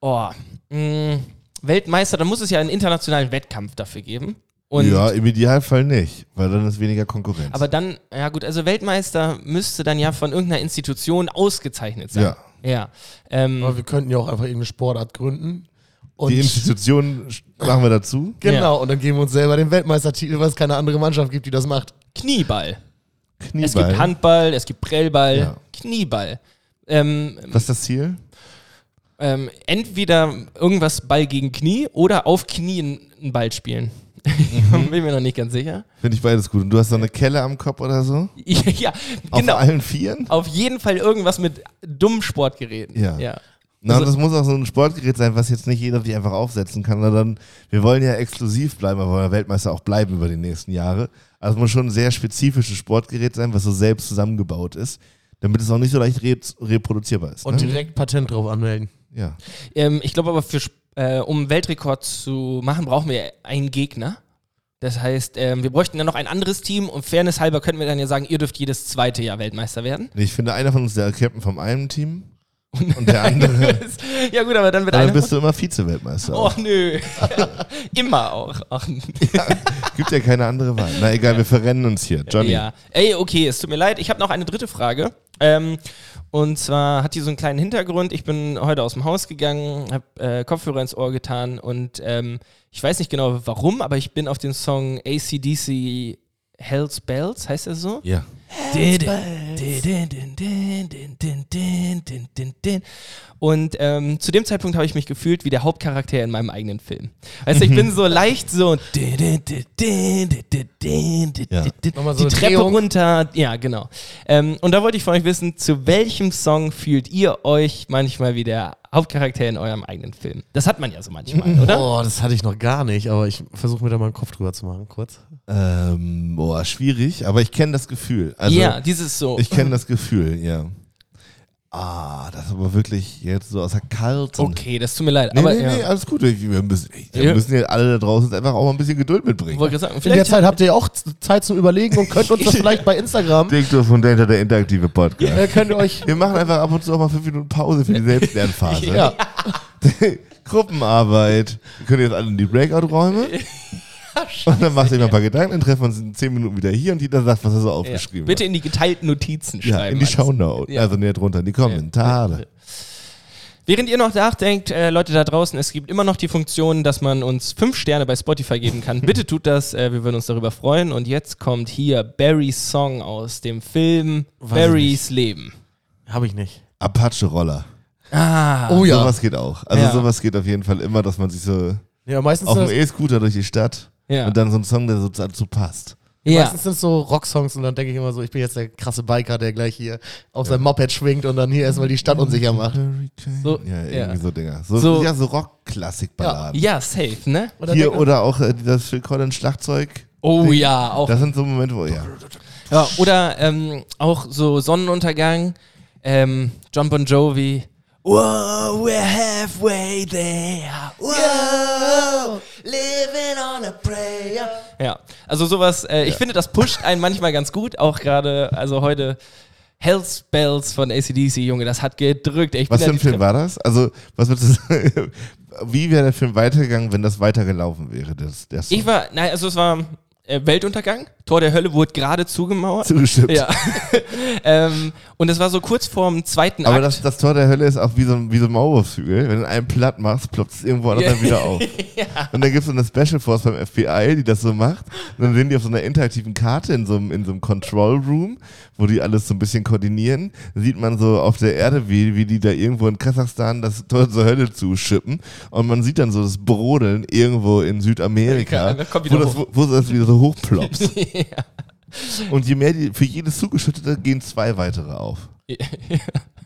Oh. Mm, Weltmeister, da muss es ja einen internationalen Wettkampf dafür geben. Und
ja, im Idealfall nicht, weil dann ist weniger Konkurrenz.
Aber dann, ja gut, also Weltmeister müsste dann ja von irgendeiner Institution ausgezeichnet sein. Ja. ja. Ähm,
Aber wir könnten ja auch einfach irgendeine Sportart gründen. Und
die Institutionen sch- machen wir dazu.
genau, und dann geben wir uns selber den Weltmeistertitel, weil es keine andere Mannschaft gibt, die das macht.
Knieball.
Knieball.
Es gibt Handball, es gibt Prellball,
Ja.
Knieball. Ähm,
Was ist das Ziel?
ähm, entweder irgendwas Ball gegen Knie oder auf Knien einen Ball spielen.
Mhm.
Ich Bin mir noch nicht ganz sicher.
Finde ich beides gut. Und du hast so eine Kelle am Kopf oder so?
ja, genau.
Auf allen Vieren?
Auf jeden Fall irgendwas mit dummen Sportgeräten.
Ja.
ja.
Na,
Also-
das muss auch so ein Sportgerät sein, was jetzt nicht jeder sich einfach aufsetzen kann. Sondern wir wollen ja exklusiv bleiben, aber wollen ja Weltmeister auch bleiben über die nächsten Jahre. Also es muss schon ein sehr spezifisches Sportgerät sein, was so selbst zusammengebaut ist, damit es auch nicht so leicht re reproduzierbar ist.
Und
ne?
direkt Patent drauf anmelden.
ja.
Ähm, ich glaube aber, für, Sp- äh, um einen Weltrekord zu machen, brauchen wir einen Gegner. Das heißt, ähm, wir bräuchten dann noch ein anderes Team und fairness halber könnten wir dann ja sagen, ihr dürft jedes zweite Jahr Weltmeister werden.
Nee, Ich finde, einer von uns der Captain vom einen Team und der andere.
ja gut, aber dann wird
Dann
einer...
bist du immer Vize-Weltmeister.
Oh nö. Immer auch. Ach,
Gibt ja keine andere Wahl. Na egal, wir verrennen uns hier. Johnny.
ja. Ey, okay, es tut mir leid. Ich habe noch eine dritte Frage. Ähm, und zwar hat die so einen kleinen Hintergrund. Ich bin heute aus dem Haus gegangen, habe äh, Kopfhörer ins Ohr getan und ähm, ich weiß nicht genau warum, aber ich bin auf den Song ACDC Hells Bells, heißt er so?
Ja.
Din, din, din, din, din, din, din, din, din, din. Und ähm, zu dem Zeitpunkt habe ich mich gefühlt wie der Hauptcharakter in meinem eigenen Film. Also ich bin so leicht so din, din, din, din, din, din, din, din,
Ja.
din,
Nochmal so
die
eine
Treppe
Drehung.
runter. Ja, genau. Ähm, und da wollte ich von euch wissen, zu welchem Song fühlt ihr euch manchmal wie der Hauptcharakter in eurem eigenen Film? Das hat man ja so manchmal, oder?
Boah, das hatte ich noch gar nicht, aber ich versuche mir da mal einen Kopf drüber zu machen, kurz.
Ähm, boah, schwierig, aber ich kenne das Gefühl. Also,
ja, dieses so.
Ich kenne das Gefühl, ja. Ah, das ist aber wirklich jetzt so aus der Kalten.
okay, das tut mir leid.
Nee,
aber
nee,
ja.
nee, alles gut. Wir müssen, wir
Ja.
müssen ja alle da draußen jetzt einfach auch mal ein bisschen Geduld
Ich
mitbringen.
wollte gerade sagen,
In der
vielleicht
Zeit habt ihr auch Z- Zeit zum Überlegen und könnt uns das vielleicht bei Instagram,
Dicto von Danger, der interaktive Podcast.
äh, könnt ihr euch,
Wir machen einfach ab und zu auch mal fünf Minuten Pause für die Selbstlernphase.
ja,
Gruppenarbeit. Wir können jetzt alle in die Breakout-Räume. und dann macht ihr mal ein paar Gedanken, dann treffen wir uns in zehn Minuten wieder hier und jeder sagt, was er so
Ja.
aufgeschrieben
Bitte
hat.
in die geteilten Notizen
Ja, in
schreiben.
die
alles.
Shownote.
Ja.
Also näher drunter, in die Kommentare.
Während ihr noch nachdenkt, äh, Leute da draußen, es gibt immer noch die Funktion, dass man uns fünf Sterne bei Spotify geben kann. Bitte tut das, äh, wir würden uns darüber freuen. Und jetzt kommt hier Barry's Song aus dem Film
ich
Barry's Leben.
habe ich nicht.
Apache-Roller.
Ah.
Oh ja.
Sowas geht auch. Also
Ja.
sowas geht auf jeden Fall immer, dass man sich so
Ja, meistens
auf
sind
dem
das,
E-Scooter durch die Stadt
Ja.
und dann so ein Song, der so dazu passt.
ja.
meistens sind es so Rocksongs und dann denke ich immer so, ich bin jetzt der krasse Biker, der gleich hier auf sein Moped schwingt und dann hier erstmal die Stadt unsicher macht.
So,
ja, irgendwie
ja.
so Dinger. So,
So-
ja, so Rock-Klassik-Balladen.
ja, safe, ne?
Und dann
Hier
denke-
oder auch äh, das Phil Collins Schlagzeug.
Oh ja, auch.
Das sind so Momente, wo ja.
Ja, oder ähm, auch so Sonnenuntergang, ähm, John Bon Jovi. Whoa, we're halfway there. Whoa, living on a prayer. Ja, also sowas, äh, ich finde, das pusht einen manchmal ganz gut, auch gerade, also heute Hell's Bells von ACDC, Junge, das hat gedrückt. ey, Ich
Was für
bin da
ein
die
Film
Treppe-
war das? Also, was würdest du sagen? Wie wäre der Film weitergegangen, wenn das weitergelaufen wäre? Das, der Song?
Ich war, nein, also es war äh, Weltuntergang, Tor der Hölle wurde gerade zugemauert.
zugestimmt.
ja. ähm, und es war so kurz vorm zweiten
Aber
Akt.
das, das Tor der Hölle ist auch wie so ein, wie so ein Maulwurfshügel. Wenn du einen platt machst, ploppt es irgendwo anders
Ja.
dann wieder auf. Und dann gibt es so eine Special Force beim FBI, die das so macht. Und dann sind die auf so einer interaktiven Karte in so einem, in so einem Control Room, wo die alles so ein bisschen koordinieren. Da sieht man so auf der Erde, wie, wie die da irgendwo in Kasachstan das Tor zur Hölle zuschippen. Und man sieht dann so das Brodeln irgendwo in Südamerika,
Ja, kommt
wo,
wieder
das,
hoch.
wo, wo das wieder so hochploppt. Und je mehr die, für jedes zugeschüttete gehen zwei weitere auf.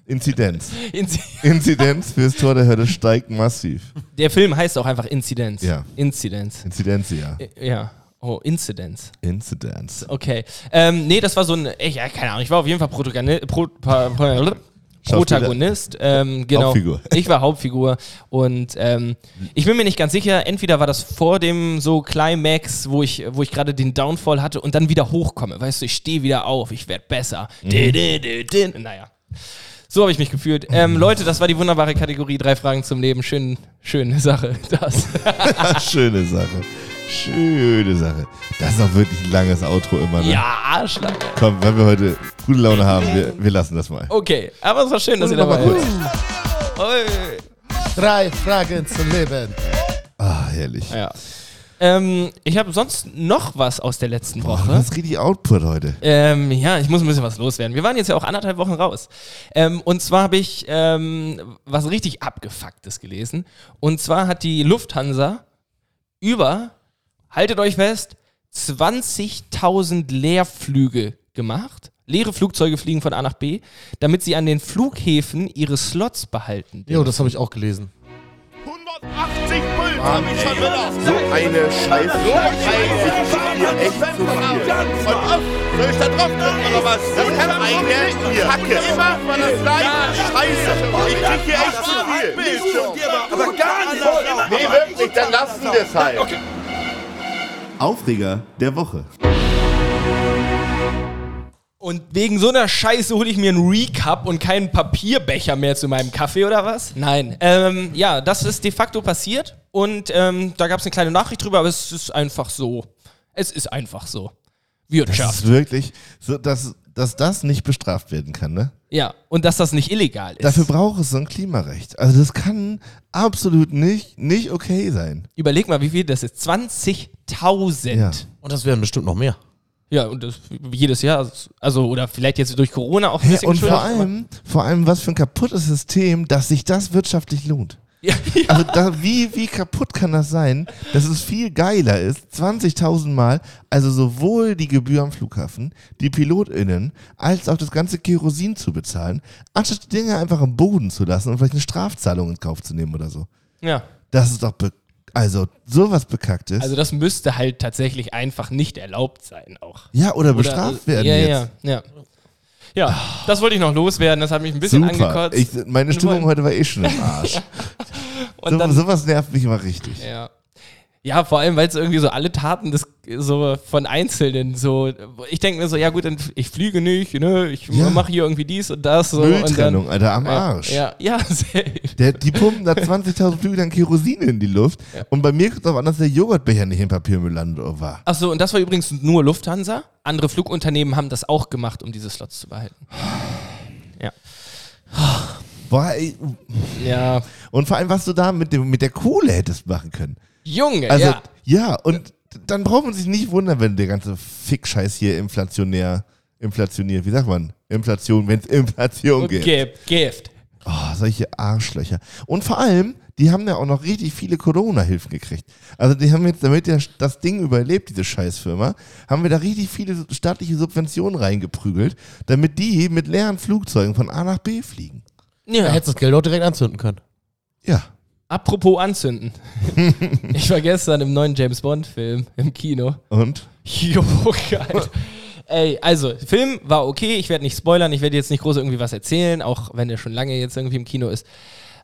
Inzidenz.
Inzi-
Inzidenz fürs Tor der Hölle steigt massiv.
Der Film heißt auch einfach Inzidenz.
Ja.
Inzidenz.
Inzidenz, ja.
Ja. Oh, Inzidenz.
Inzidenz.
Okay. Ähm, nee, das war so ein. Ich, ja, keine Ahnung, ich war auf jeden Fall Protagoni Pro, pa, pa, Protagonist. Ähm, genau.
Hauptfigur.
Ich war Hauptfigur. Und ähm, ich bin mir nicht ganz sicher, entweder war das vor dem so Climax, wo ich, wo ich gerade den Downfall hatte und dann wieder hochkomme. Weißt du, ich stehe wieder auf, ich werde besser. Din, din, din, din. Naja. So habe ich mich gefühlt. Ähm, Leute, das war die wunderbare Kategorie drei Fragen zum Leben. Schön, schöne Sache. Das.
Schöne Sache. Schöne Sache. Das ist auch wirklich ein langes Outro immer. Ne?
Ja, Arschlag.
Komm, wenn wir heute gute Laune haben, wir, wir lassen das mal.
Okay, aber es war schön, dass ihr
Noch mal
dabei
kurz.
wart. Ui.
Drei Fragen zum Leben.
Ah, herrlich.
Ja. Ähm, ich habe sonst noch was aus der letzten
Boah,
Woche.
das ist richtig Output heute.
Ähm, ja, ich muss ein bisschen was loswerden. Wir waren jetzt ja auch anderthalb Wochen raus. Ähm, und zwar habe ich ähm, was richtig abgefucktes gelesen. Und zwar hat die Lufthansa über, haltet euch fest, 20.000 Leerflüge gemacht. Leere Flugzeuge fliegen von A nach B, damit sie an den Flughäfen ihre Slots behalten.
Jo, das habe ich auch gelesen.
So eine Scheiße. So eine Scheiße. Echt zu viel. Soll ich da drauf gucken oder was? Das kann eine Kacke. Immer von der gleichen Scheiße. Ich krieg hier echt zu viel. Aber gar nicht. Nee, wirklich, dann lassen wir es halt.
Aufreger der Woche.
Und wegen so einer Scheiße hole ich mir einen Recap und keinen Papierbecher mehr zu meinem Kaffee oder was? Nein. Ähm, ja, das ist de facto passiert und ähm, da gab es eine kleine Nachricht drüber, aber es ist einfach so. Es ist einfach so.
Das
Wirtschaft.
ist wirklich, so, dass, dass das nicht bestraft werden kann, ne?
Ja, und dass das nicht illegal ist.
Dafür braucht es so ein Klimarecht. Also das kann absolut nicht, nicht okay sein.
Überleg mal, wie viel das ist. 20.000.
Ja.
Und das werden bestimmt noch mehr.
Ja, und das jedes Jahr. Also, oder vielleicht jetzt durch Corona auch ein bisschen
Und vor
geschuldet, aber-
allem, vor allem, was für ein kaputtes System, dass sich das wirtschaftlich lohnt.
Ja,
Also da, wie, wie kaputt kann das sein, dass es viel geiler ist, 20.000 Mal, also sowohl die Gebühr am Flughafen, die PilotInnen, als auch das ganze Kerosin zu bezahlen, anstatt die Dinge einfach im Boden zu lassen und vielleicht eine Strafzahlung in Kauf zu nehmen oder so.
ja.
Das ist doch, be also sowas Bekacktes.
Also, das müsste halt tatsächlich einfach nicht erlaubt sein, auch.
ja, oder
Oder- äh,
bestraft werden
ja,
jetzt.
Ja, ja. Ja, das wollte ich noch loswerden. Das hat mich ein bisschen
Super.
angekotzt.
Ich, meine
Wir
Stimmung
wollen-
heute war eh schon im Arsch.
und
so,
dann,
sowas nervt mich immer richtig.
ja. ja, vor allem, weil es irgendwie so alle Taten des, so von Einzelnen so. Ich denke mir so, ja gut, dann f- ich fliege nicht, ne? Ich
Ja.
mache hier irgendwie dies und das. So, und dann,
Mülltrennung, Alter, am Arsch.
Ja, ja, safe.
Der, die pumpen da 20.000 Flügel dann Kerosin in die Luft. Und bei mir kommt es auch an, dass der Joghurtbecher nicht im Papiermüll landet, oder war.
Achso, und das war übrigens nur Lufthansa. Andere Flugunternehmen haben das auch gemacht, um diese Slots zu behalten. Ja.
Boah, ey.
Ja.
Und vor allem, was du da mit, dem, mit der Kohle hättest machen können.
Junge,
Also, ja,
ja.
und dann braucht man sich nicht wundern, wenn der ganze Fickscheiß hier inflationär, inflationiert, wie sagt man? Inflation, wenn es Inflation gibt.
Gift. Gift.
Oh, solche Arschlöcher. Und vor allem, die haben ja auch noch richtig viele Corona-Hilfen gekriegt. Also die haben jetzt, damit der, das Ding überlebt, diese Scheißfirma, haben wir da richtig viele staatliche Subventionen reingeprügelt, damit die mit leeren Flugzeugen von A nach B fliegen.
Da
Ja,
hättest du das Geld auch direkt anzünden können.
Ja.
Apropos anzünden. ich war gestern im neuen James Bond-Film im Kino.
Und?
Jo, geil. Ey, also, Film war okay. Ich werde nicht spoilern. Ich werde jetzt nicht groß irgendwie was erzählen, auch wenn er schon lange jetzt irgendwie im Kino ist.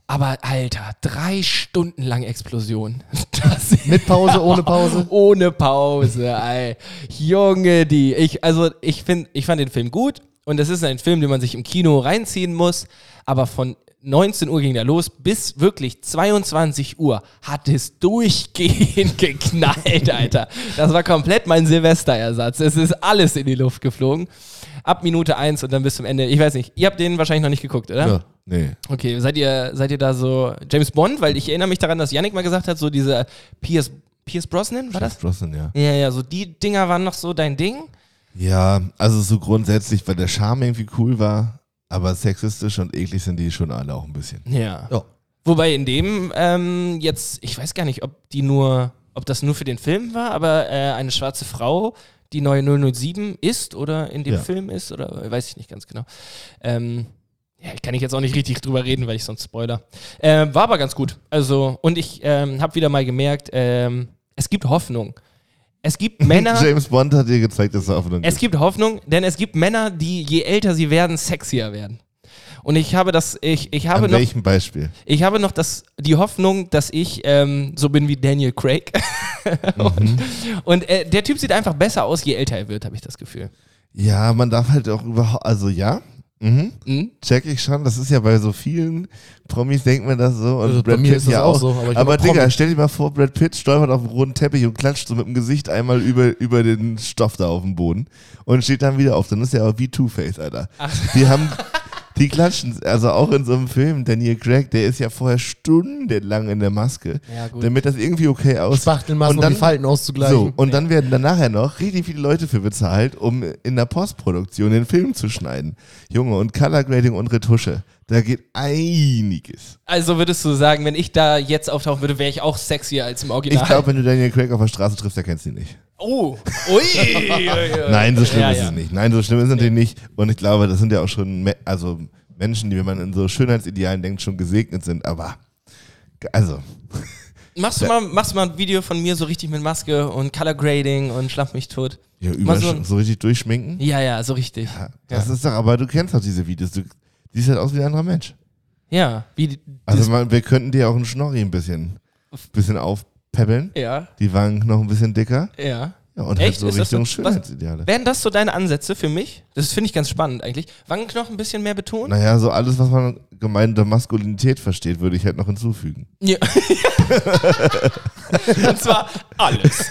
Aber Alter, drei Stunden lang Explosion. Das
Mit Pause, ohne Pause.
ohne Pause, ey. Junge, die. Ich, also, ich, find, ich fand den Film gut und es ist ein Film, den man sich im Kino reinziehen muss, aber von 19 Uhr ging der los bis wirklich 22 Uhr hat es durchgehend geknallt, Alter. Das war komplett mein Silvesterersatz. Es ist alles in die Luft geflogen. Ab Minute 1 und dann bis zum Ende. Ich weiß nicht, ihr habt den wahrscheinlich noch nicht geguckt, oder?
Ja. Nee.
Okay, seid ihr, seid ihr da so James Bond? Weil ich erinnere mich daran, dass Yannick mal gesagt hat, so diese Pierce, Pierce Brosnan, war das?
Brosnan, ja.
Ja, ja, so die Dinger waren noch so dein Ding.
Ja, also so grundsätzlich, weil der Charme irgendwie cool war, aber sexistisch und eklig sind die schon alle auch ein bisschen.
Ja. Wobei in dem ähm, jetzt, ich weiß gar nicht, ob die nur, ob das nur für den Film war, aber äh, eine schwarze Frau, die neue 007 ist oder in dem
Ja.
Film ist oder weiß ich nicht ganz genau. Ähm, ja, kann ich jetzt auch nicht richtig drüber reden, weil ich sonst spoiler. Ähm, war aber ganz gut. Also, und ich ähm, habe wieder mal gemerkt, ähm, es gibt Hoffnung. Es gibt Männer.
James Bond hat dir gezeigt, dass er auf einem
Es gibt Hoffnung, denn es gibt Männer, die je älter sie werden, sexier werden. Und ich habe das, ich, ich habe
An
noch,
welchem Beispiel?
ich habe noch das, die Hoffnung, dass ich ähm, so bin wie Daniel Craig.
Mhm.
und und äh, der Typ sieht einfach besser aus, je älter er wird, habe ich das Gefühl.
Ja, man darf halt auch überhaupt, also ja, mhm.
Mhm.
check ich schon. Das ist ja bei so vielen Promis denkt man das so und
Also bei
Brad
mir
Pitt
ist das
ja
auch
auch.
so, aber ich
aber
bin auch
Digga,
Promi.
stell dir mal vor, Brad Pitt stolpert auf dem roten Teppich und klatscht so mit dem Gesicht einmal über, über den Stoff da auf dem Boden und steht dann wieder auf. Dann ist er auch wie Two-Face, Alter. Die haben, die klatschen, also auch in so einem Film, Daniel Craig, der ist ja vorher stundenlang in der Maske,
Ja, gut.
damit das irgendwie okay aussieht.
Spachtelmassen,
Und
um
dann-
die Falten auszugleichen.
so, und dann werden dann nachher noch richtig viele Leute für bezahlt, um in der Postproduktion den Film zu schneiden. Junge, und Colorgrading und Retusche. Da geht einiges.
Also würdest du sagen, wenn ich da jetzt auftauchen würde, wäre ich auch sexier als im Original?
Ich glaube, wenn du Daniel Craig auf der Straße triffst, erkennst du ihn nicht.
Oh, ui. ui, ui.
Nein, so schlimm
Äh, Ja,
ist
ja.
es nicht. Nein, so schlimm ist es natürlich nicht. Und ich glaube, das sind ja auch schon Me also Menschen, die, wenn man in so Schönheitsidealen denkt, schon gesegnet sind. Aber, also,
Machst du, mal, machst du mal ein Video von mir so richtig mit Maske und Color Grading und schlapp mich tot?
ja,
Mal
über
so
so,
ein-
richtig durchschminken.
Ja, ja, so richtig.
Das ist doch, aber du kennst doch diese Videos. Du siehst halt aus wie ein anderer Mensch.
Ja, wie die-
Also man, wir könnten dir auch einen Schnorri ein bisschen, bisschen aufpeppeln.
Ja,
Die Wangen noch ein bisschen dicker.
ja.
Ja, und
Echt?
halt
Ist
so
das
Richtung
so- was-
Schönheitsideale.
Wären das so deine Ansätze für mich? Das finde ich ganz spannend eigentlich. Wangenknochen ein bisschen mehr betonen?
Naja, so alles, was man gemeinnter Maskulinität versteht, würde ich halt noch hinzufügen.
Ja. Und zwar alles.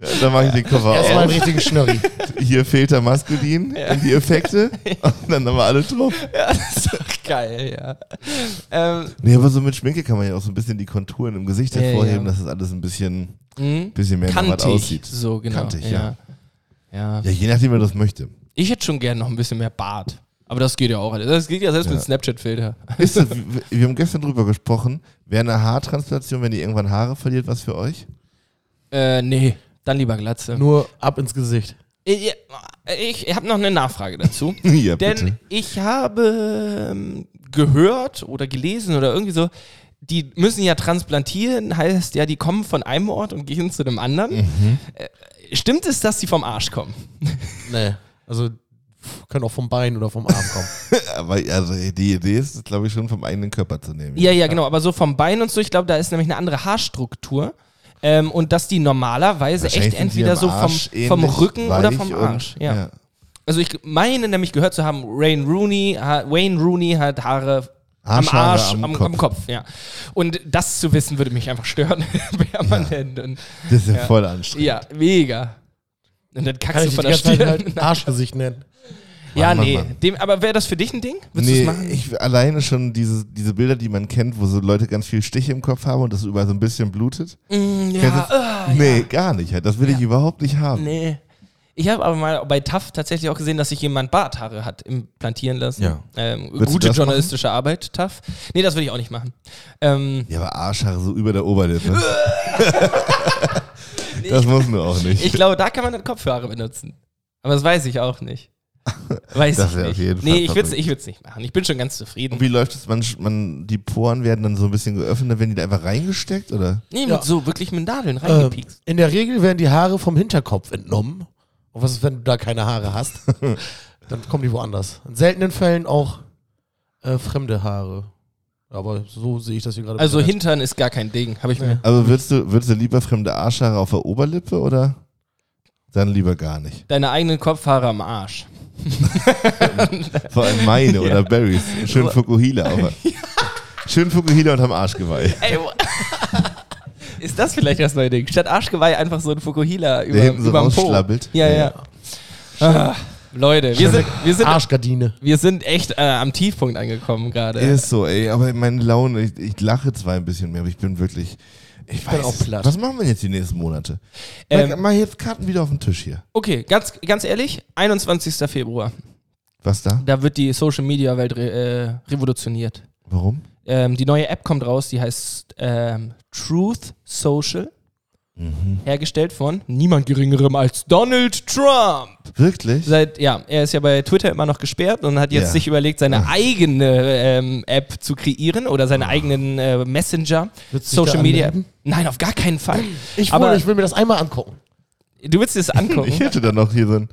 Ja, dann mache ich den Koffer auf.
Erstmal einen richtigen Schnurri.
Hier fehlt der Maskulin in die Effekte. Und dann haben wir alle drauf.
Ja, das ist doch Geil, ja. Ähm,
Nee, aber so mit Schminke kann man ja auch so ein bisschen die Konturen im Gesicht
Ja,
hervorheben,
ja.
dass es alles ein bisschen,
mh,
bisschen mehr nach was
kantig.
aussieht.
So, genau.
Kantig,
ja.
ja.
Ja.
Ja, je nachdem, wer das möchte.
Ich hätte schon gern noch ein bisschen mehr Bart. Aber das geht ja auch. Das geht ja selbst
Ja.
mit Snapchat-Filter.
Ist das, wir, wir haben gestern drüber gesprochen. Wäre eine Haartransplantation, wenn ihr irgendwann Haare verliert, was für euch?
Äh, nee. Dann lieber Glatze.
Nur ab ins Gesicht.
Ich, ich habe noch eine Nachfrage dazu.
Ja,
Denn ich habe ähm, gehört oder gelesen oder irgendwie so, die müssen ja transplantieren, heißt ja, die kommen von einem Ort und gehen zu dem anderen. Äh, Stimmt es, dass die vom Arsch kommen?
Nee. Also pff, können auch vom Bein oder vom Arm kommen.
Aber also, die Idee ist, glaube ich, schon vom eigenen Körper zu nehmen.
Ja, ja, genau, aber so vom Bein und so, ich glaube, da ist nämlich eine andere Haarstruktur. Ähm, und dass die normalerweise echt
Wahrscheinlich sind die
entweder
am
so vom,
Arsch
vom
ähnlich
Rücken oder
weich
vom
und-
Arsch. ja. Also ich meine nämlich gehört zu haben, Wayne Rooney, ha Wayne Rooney hat Haare am
Arschhaare
Arsch, am,
am
am, Kopf.
Kopf.
ja. Und das zu wissen, würde mich einfach stören, permanent. Ja, und,
Das ist ja, voll anstrengend.
ja mega. Und dann
Kann
kackst
ich
du von
die
der
ganze Zeit
Stirn.
halt Arschgesicht nennen.
ja,
Mann, Mann,
nee.
Mann.
Dem, aber wäre das für dich ein Ding? Würdest
Nee,
du es machen?
ich alleine schon diese, diese Bilder, die man kennt, wo so Leute ganz viel Stiche im Kopf haben und das überall so ein bisschen blutet.
Mm,
Kennst du
ja,
das? nee, gar nicht. halt. Das will ich überhaupt nicht haben.
Nee. Ich habe aber mal bei TAF tatsächlich auch gesehen, dass sich jemand Barthaare hat implantieren lassen.
Ja.
Ähm,
Würdest du
gute
das machen?
journalistische Arbeit, TAF. Nee, das würde ich auch nicht machen. Ähm,
Ja, aber Arschhaare so über der Oberlippe. das muss man auch nicht.
Ich glaube, da kann man dann Kopfhörer benutzen. Aber das weiß ich auch nicht. Weiß
Das
ich
wär
nicht.
auf jeden
nee,
Fall
ich würde es
verrückt.
ich würd's nicht machen. Ich bin schon ganz zufrieden.
und wie läuft es? Man, sch- man, die Poren werden dann so ein bisschen geöffnet, dann werden die da einfach reingesteckt, oder?
Nee,
Ja.
mit so wirklich mit Nadeln
Ähm,
reingepiekst.
in der Regel werden die Haare vom Hinterkopf entnommen. Und was ist, wenn du da keine Haare hast? Dann kommen die woanders. In seltenen Fällen auch äh, fremde Haare. Aber so sehe ich das hier gerade.
also
hinten.
Hintern ist gar kein Ding, habe ich mir.
Also würdest du, würdest du lieber fremde Arschhaare auf der Oberlippe oder dann lieber gar nicht?
Deine eigenen Kopfhaare am Arsch.
Vor allem meine oder Barrys. Schön Fukuhila. Aber. Schön Fukuhila und am Arschgeweih.
Ey, wo- ist das vielleicht das neue Ding? Statt Arschgeweih einfach so ein Fukuhila über,
hinten so
überm Po.
rausschlabbelt.
Ja, ja. Ah, Leute, wir sind, wir, sind,
Arschgardine.
wir sind echt äh, am Tiefpunkt angekommen gerade.
Ist so, ey. Aber meine Laune, ich, ich lache zwar ein bisschen mehr, aber ich bin wirklich. Ich weiß,
auch
es-
platt.
Was machen wir jetzt die nächsten Monate?
Ähm,
mal, mal jetzt Karten wieder auf den Tisch hier.
Okay, ganz, ganz ehrlich, 21. Februar.
Was da?
Da wird die Social Media Welt re äh, revolutioniert.
Warum?
Ähm, die neue App kommt raus, die heißt ähm, Truth Social.
Mhm.
Hergestellt von niemand geringerem als Donald Trump.
Wirklich?
Seit, ja, er ist ja bei Twitter immer noch gesperrt und hat jetzt
Ja.
sich überlegt, seine
Ah.
eigene ähm, App zu kreieren oder seine eigenen äh, Messenger,
Würdest du dich
Social
Ah. da
Media.
anmelden?
Nein, auf gar keinen Fall.
Ich,
Aber
wurde, ich will mir das einmal angucken.
du willst dir das
Ich
angucken.
hätte dann noch hier so ein.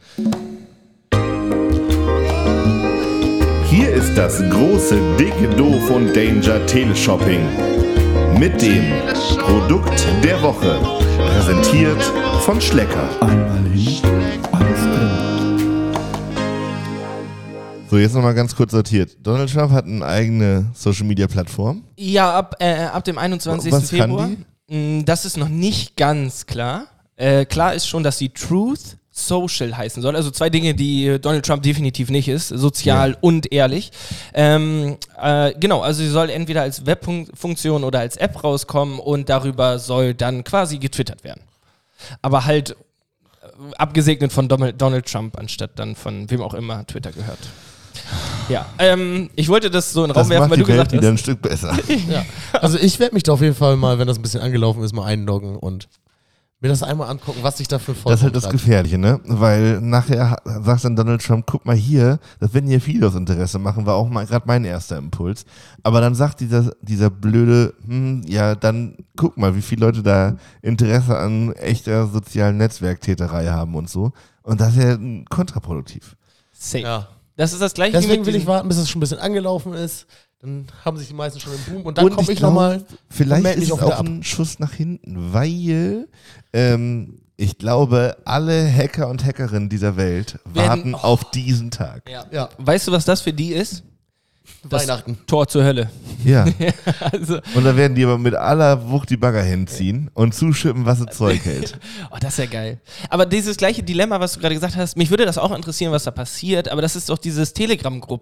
Hier ist das große, dicke Doof und Danger Teleshopping. Mit dem Produkt der Woche. Präsentiert von Schlecker.
So, jetzt nochmal ganz kurz sortiert. Donald Trump hat eine eigene Social Media Plattform.
Ja, ab, äh, ab dem 21.
Was kann
Februar. Mm, Das ist noch nicht ganz klar. Äh, klar ist schon, dass die Truth Social heißen soll. Also zwei Dinge, die äh, Donald Trump definitiv nicht ist. Sozial und ehrlich. Ähm, äh, genau, also sie soll entweder als Webfunktion oder als App rauskommen und darüber soll dann quasi getwittert werden. Aber halt äh, abgesegnet von Dom- Donald Trump, anstatt dann von wem auch immer Twitter gehört. Ja, ähm, ich wollte das so in den Raum
Das
werfen,
macht
weil du
die Welt
gesagt hast.
wieder ein Stück besser.
Also ich werde mich da auf jeden Fall mal, wenn das ein bisschen angelaufen ist, mal einloggen und mir das einmal angucken, was ich dafür
Das ist halt das Gefährliche, ne? Weil nachher ha- sagt dann Donald Trump, guck mal hier, das werden hier viele aus Interesse machen, war auch mal gerade mein erster Impuls. Aber dann sagt dieser, dieser blöde, hm, ja, dann guck mal, wie viele Leute da Interesse an echter sozialen Netzwerktäterei haben und so. Und das ist ja mm, kontraproduktiv.
Safe.
Ja.
Das ist das gleiche wie
Deswegen
mit
will ich
diesem-
warten, bis es schon ein bisschen angelaufen ist. Dann haben sich die meisten schon im Boom und dann
Und
komme
ich
ich, noch nochmal.
Vielleicht
meld mich
ist es
auch wieder
auch
ab.
ein Schuss nach hinten, weil ähm, ich glaube, alle Hacker und Hackerinnen dieser Welt
Werden-
warten auf diesen Tag.
Ja.
Ja.
Weißt du, was das für die ist? Das
Weihnachten.
Tor zur Hölle.
Ja.
Also,
Und da werden die aber mit aller Wucht die Bagger hinziehen und zuschippen, was das Zeug hält.
oh, das ist ja geil. Aber dieses gleiche Dilemma, was du gerade gesagt hast, mich würde das auch interessieren, was da passiert, aber das ist doch dieses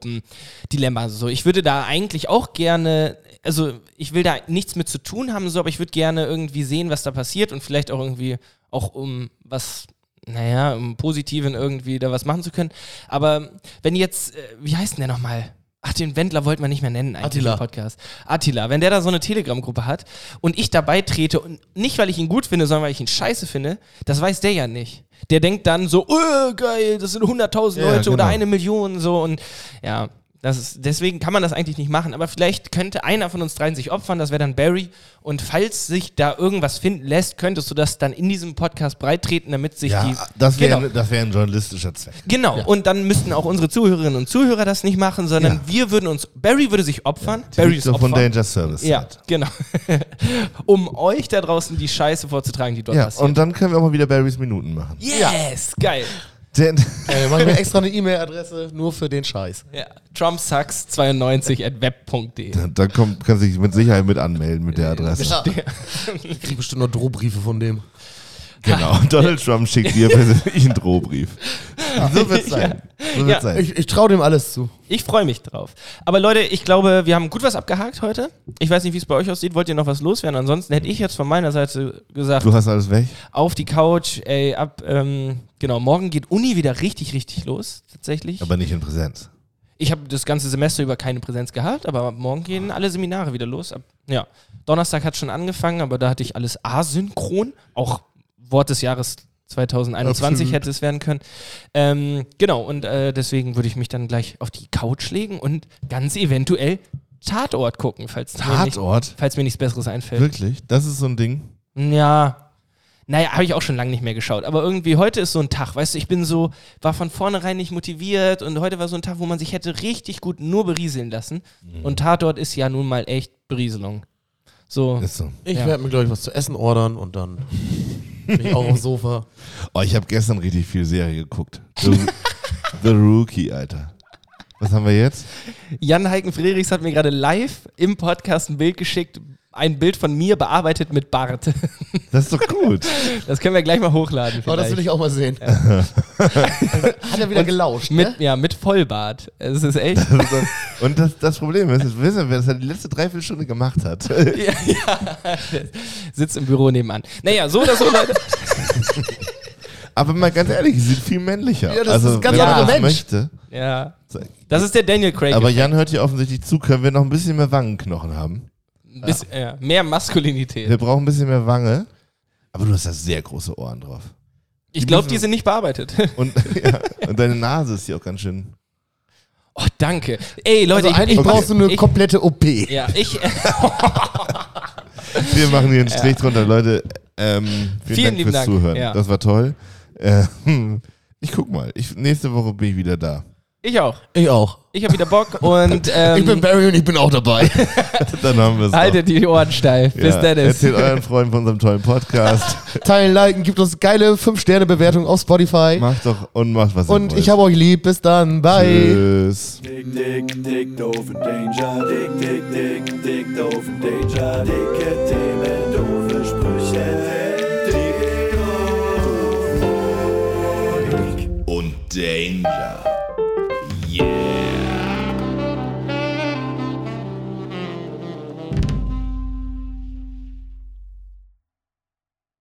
Telegram-Gruppen-Dilemma. So, ich würde da eigentlich auch gerne, also ich will da nichts mit zu tun haben, so, aber ich würde gerne irgendwie sehen, was da passiert und vielleicht auch irgendwie auch um was. Naja, um Positiven irgendwie da was machen zu können. Aber wenn jetzt, äh, wie heißt denn der nochmal? Ach, den Wendler wollten wir nicht mehr nennen eigentlich
Attila.
im Podcast. Attila, wenn der da so eine Telegram-Gruppe hat und ich dabei trete, und nicht weil ich ihn gut finde, sondern weil ich ihn scheiße finde, das weiß der ja nicht. Der denkt dann so, öh, geil, das sind 100.000
Ja,
Leute oder
genau.
eine Million so und ja. Das ist, deswegen kann man das eigentlich nicht machen. Aber vielleicht könnte einer von uns dreien sich opfern, das wäre dann Barry. Und falls sich da irgendwas finden lässt, könntest du das dann in diesem Podcast breittreten, damit sich die.
Ja, das wäre
Genau.
das wär ne- ein journalistischer Zweck.
Genau, und dann müssten auch unsere Zuhörerinnen und Zuhörer das nicht machen, sondern wir würden uns, Barry würde sich opfern, Barry ist
Victor von
Opfer,
Danger Service.
ja,
Set.
genau, um euch da draußen die Scheiße vorzutragen, die dort
Ja,
passiert.
und dann können wir auch mal wieder Barrys Minuten machen.
yes, geil.
Denn
Ey, Äh, machen wir extra eine E-Mail-Adresse nur für den Scheiß.
Ja. TrumpSucks92 at web.de.
Äh.
dann kommt, kann sich mit Sicherheit mit anmelden mit der Adresse.
Ich krieg bestimmt noch Drohbriefe von dem.
Genau. Donald Trump schickt dir persönlich einen Drohbrief. So wird's sein. So
Ja.
wird's sein.
Ich, ich traue dem alles zu.
Ich freue mich drauf. Aber Leute, ich glaube, wir haben gut was abgehakt heute. Ich weiß nicht, wie es bei euch aussieht. Wollt ihr noch was loswerden? Ansonsten hätte ich jetzt von meiner Seite gesagt,
Du hast alles weg.
auf die Couch, ey, ab, ähm, genau, morgen geht Uni wieder richtig, richtig los, tatsächlich.
Aber nicht in Präsenz.
Ich habe das ganze Semester über keine Präsenz gehabt, aber ab morgen gehen alle Seminare wieder los. Ab, ja, Donnerstag hat schon angefangen, aber da hatte ich alles asynchron. Auch Wort des Jahres 2021
Absolut.
hätte es werden können. Ähm, genau, und äh, deswegen würde ich mich dann gleich auf die Couch legen und ganz eventuell Tatort gucken, falls, Mir, nicht,
Tatort?
falls mir nichts Besseres einfällt.
Wirklich? Das ist so ein Ding.
Ja. Naja, habe ich auch schon lange nicht mehr geschaut. Aber irgendwie heute ist so ein Tag, weißt du, ich bin so, war von vornherein nicht motiviert und heute war so ein Tag, wo man sich hätte richtig gut nur berieseln lassen.
Mhm.
Und Tatort ist ja nun mal echt Berieselung. So.
Ist so.
Ich
Ja.
werde mir, glaube ich, was zu essen ordern und dann bin ich auch aufs Sofa.
Oh, ich habe gestern richtig viel Serie geguckt. The, The Rookie, Alter. Was haben wir jetzt?
Jan Heiken Frerichs hat mir gerade live im Podcast ein Bild geschickt. Ein Bild von mir bearbeitet mit Bart.
Das ist doch gut.
Das können wir gleich mal hochladen.
Oh, das
vielleicht.
will ich auch mal sehen. Hat er wieder gelauscht, ne?
mit, ja, mit Vollbart. Es ist echt.
Also, und das, das Problem ist, jetzt wissen wir, dass er halt die letzte Dreiviertelstunde gemacht hat.
ja, ja. Sitzt im Büro nebenan. Naja, so oder so, Leute.
Aber mal ganz ehrlich, sie sieht viel männlicher.
Ja, das
also,
ist ein ganz
wenn man
anderer
das
Mensch.
möchte.
Ja. Das ist der Daniel Craig.
Aber Jan hört hier offensichtlich zu, können wir noch ein bisschen mehr Wangenknochen haben.
Bis, ja. Mehr Maskulinität.
Wir brauchen ein bisschen mehr Wange. Aber du hast da sehr große Ohren drauf.
Ich glaube, die sind nicht bearbeitet.
Und, ja, und deine Nase ist hier auch ganz schön.
Oh, danke. Ey, Leute,
Also eigentlich
okay.
brauchst du eine
ich,
komplette OP.
Ja, ich.
Wir machen hier einen Strich drunter, Leute. Ähm, vielen,
Vielen
Dank
lieben
fürs
Dank.
Zuhören.
Ja.
Das war toll. Ähm, ich guck mal. Ich, nächste Woche bin ich wieder da.
Ich auch.
Ich auch.
Ich habe wieder Bock und ähm,
Ich bin Barry und ich bin auch dabei.
Dann haben wir es.
haltet die Ohren steif. Bis dann.
Erzählt euren Freunden von unserem tollen Podcast.
Teilen, liken, gibt uns geile 5-Sterne-Bewertungen auf Spotify.
macht doch und macht was. ihr
Und ich
wollt.
habe euch lieb. Bis dann. Bye.
Tschüss.
Dick, dick, dick, doof in Danger. Dick, dick, dick, dick, doof in Danger. Dicke Themen, doofe Sprüche. Dick, doof. Dick.
Und Danger.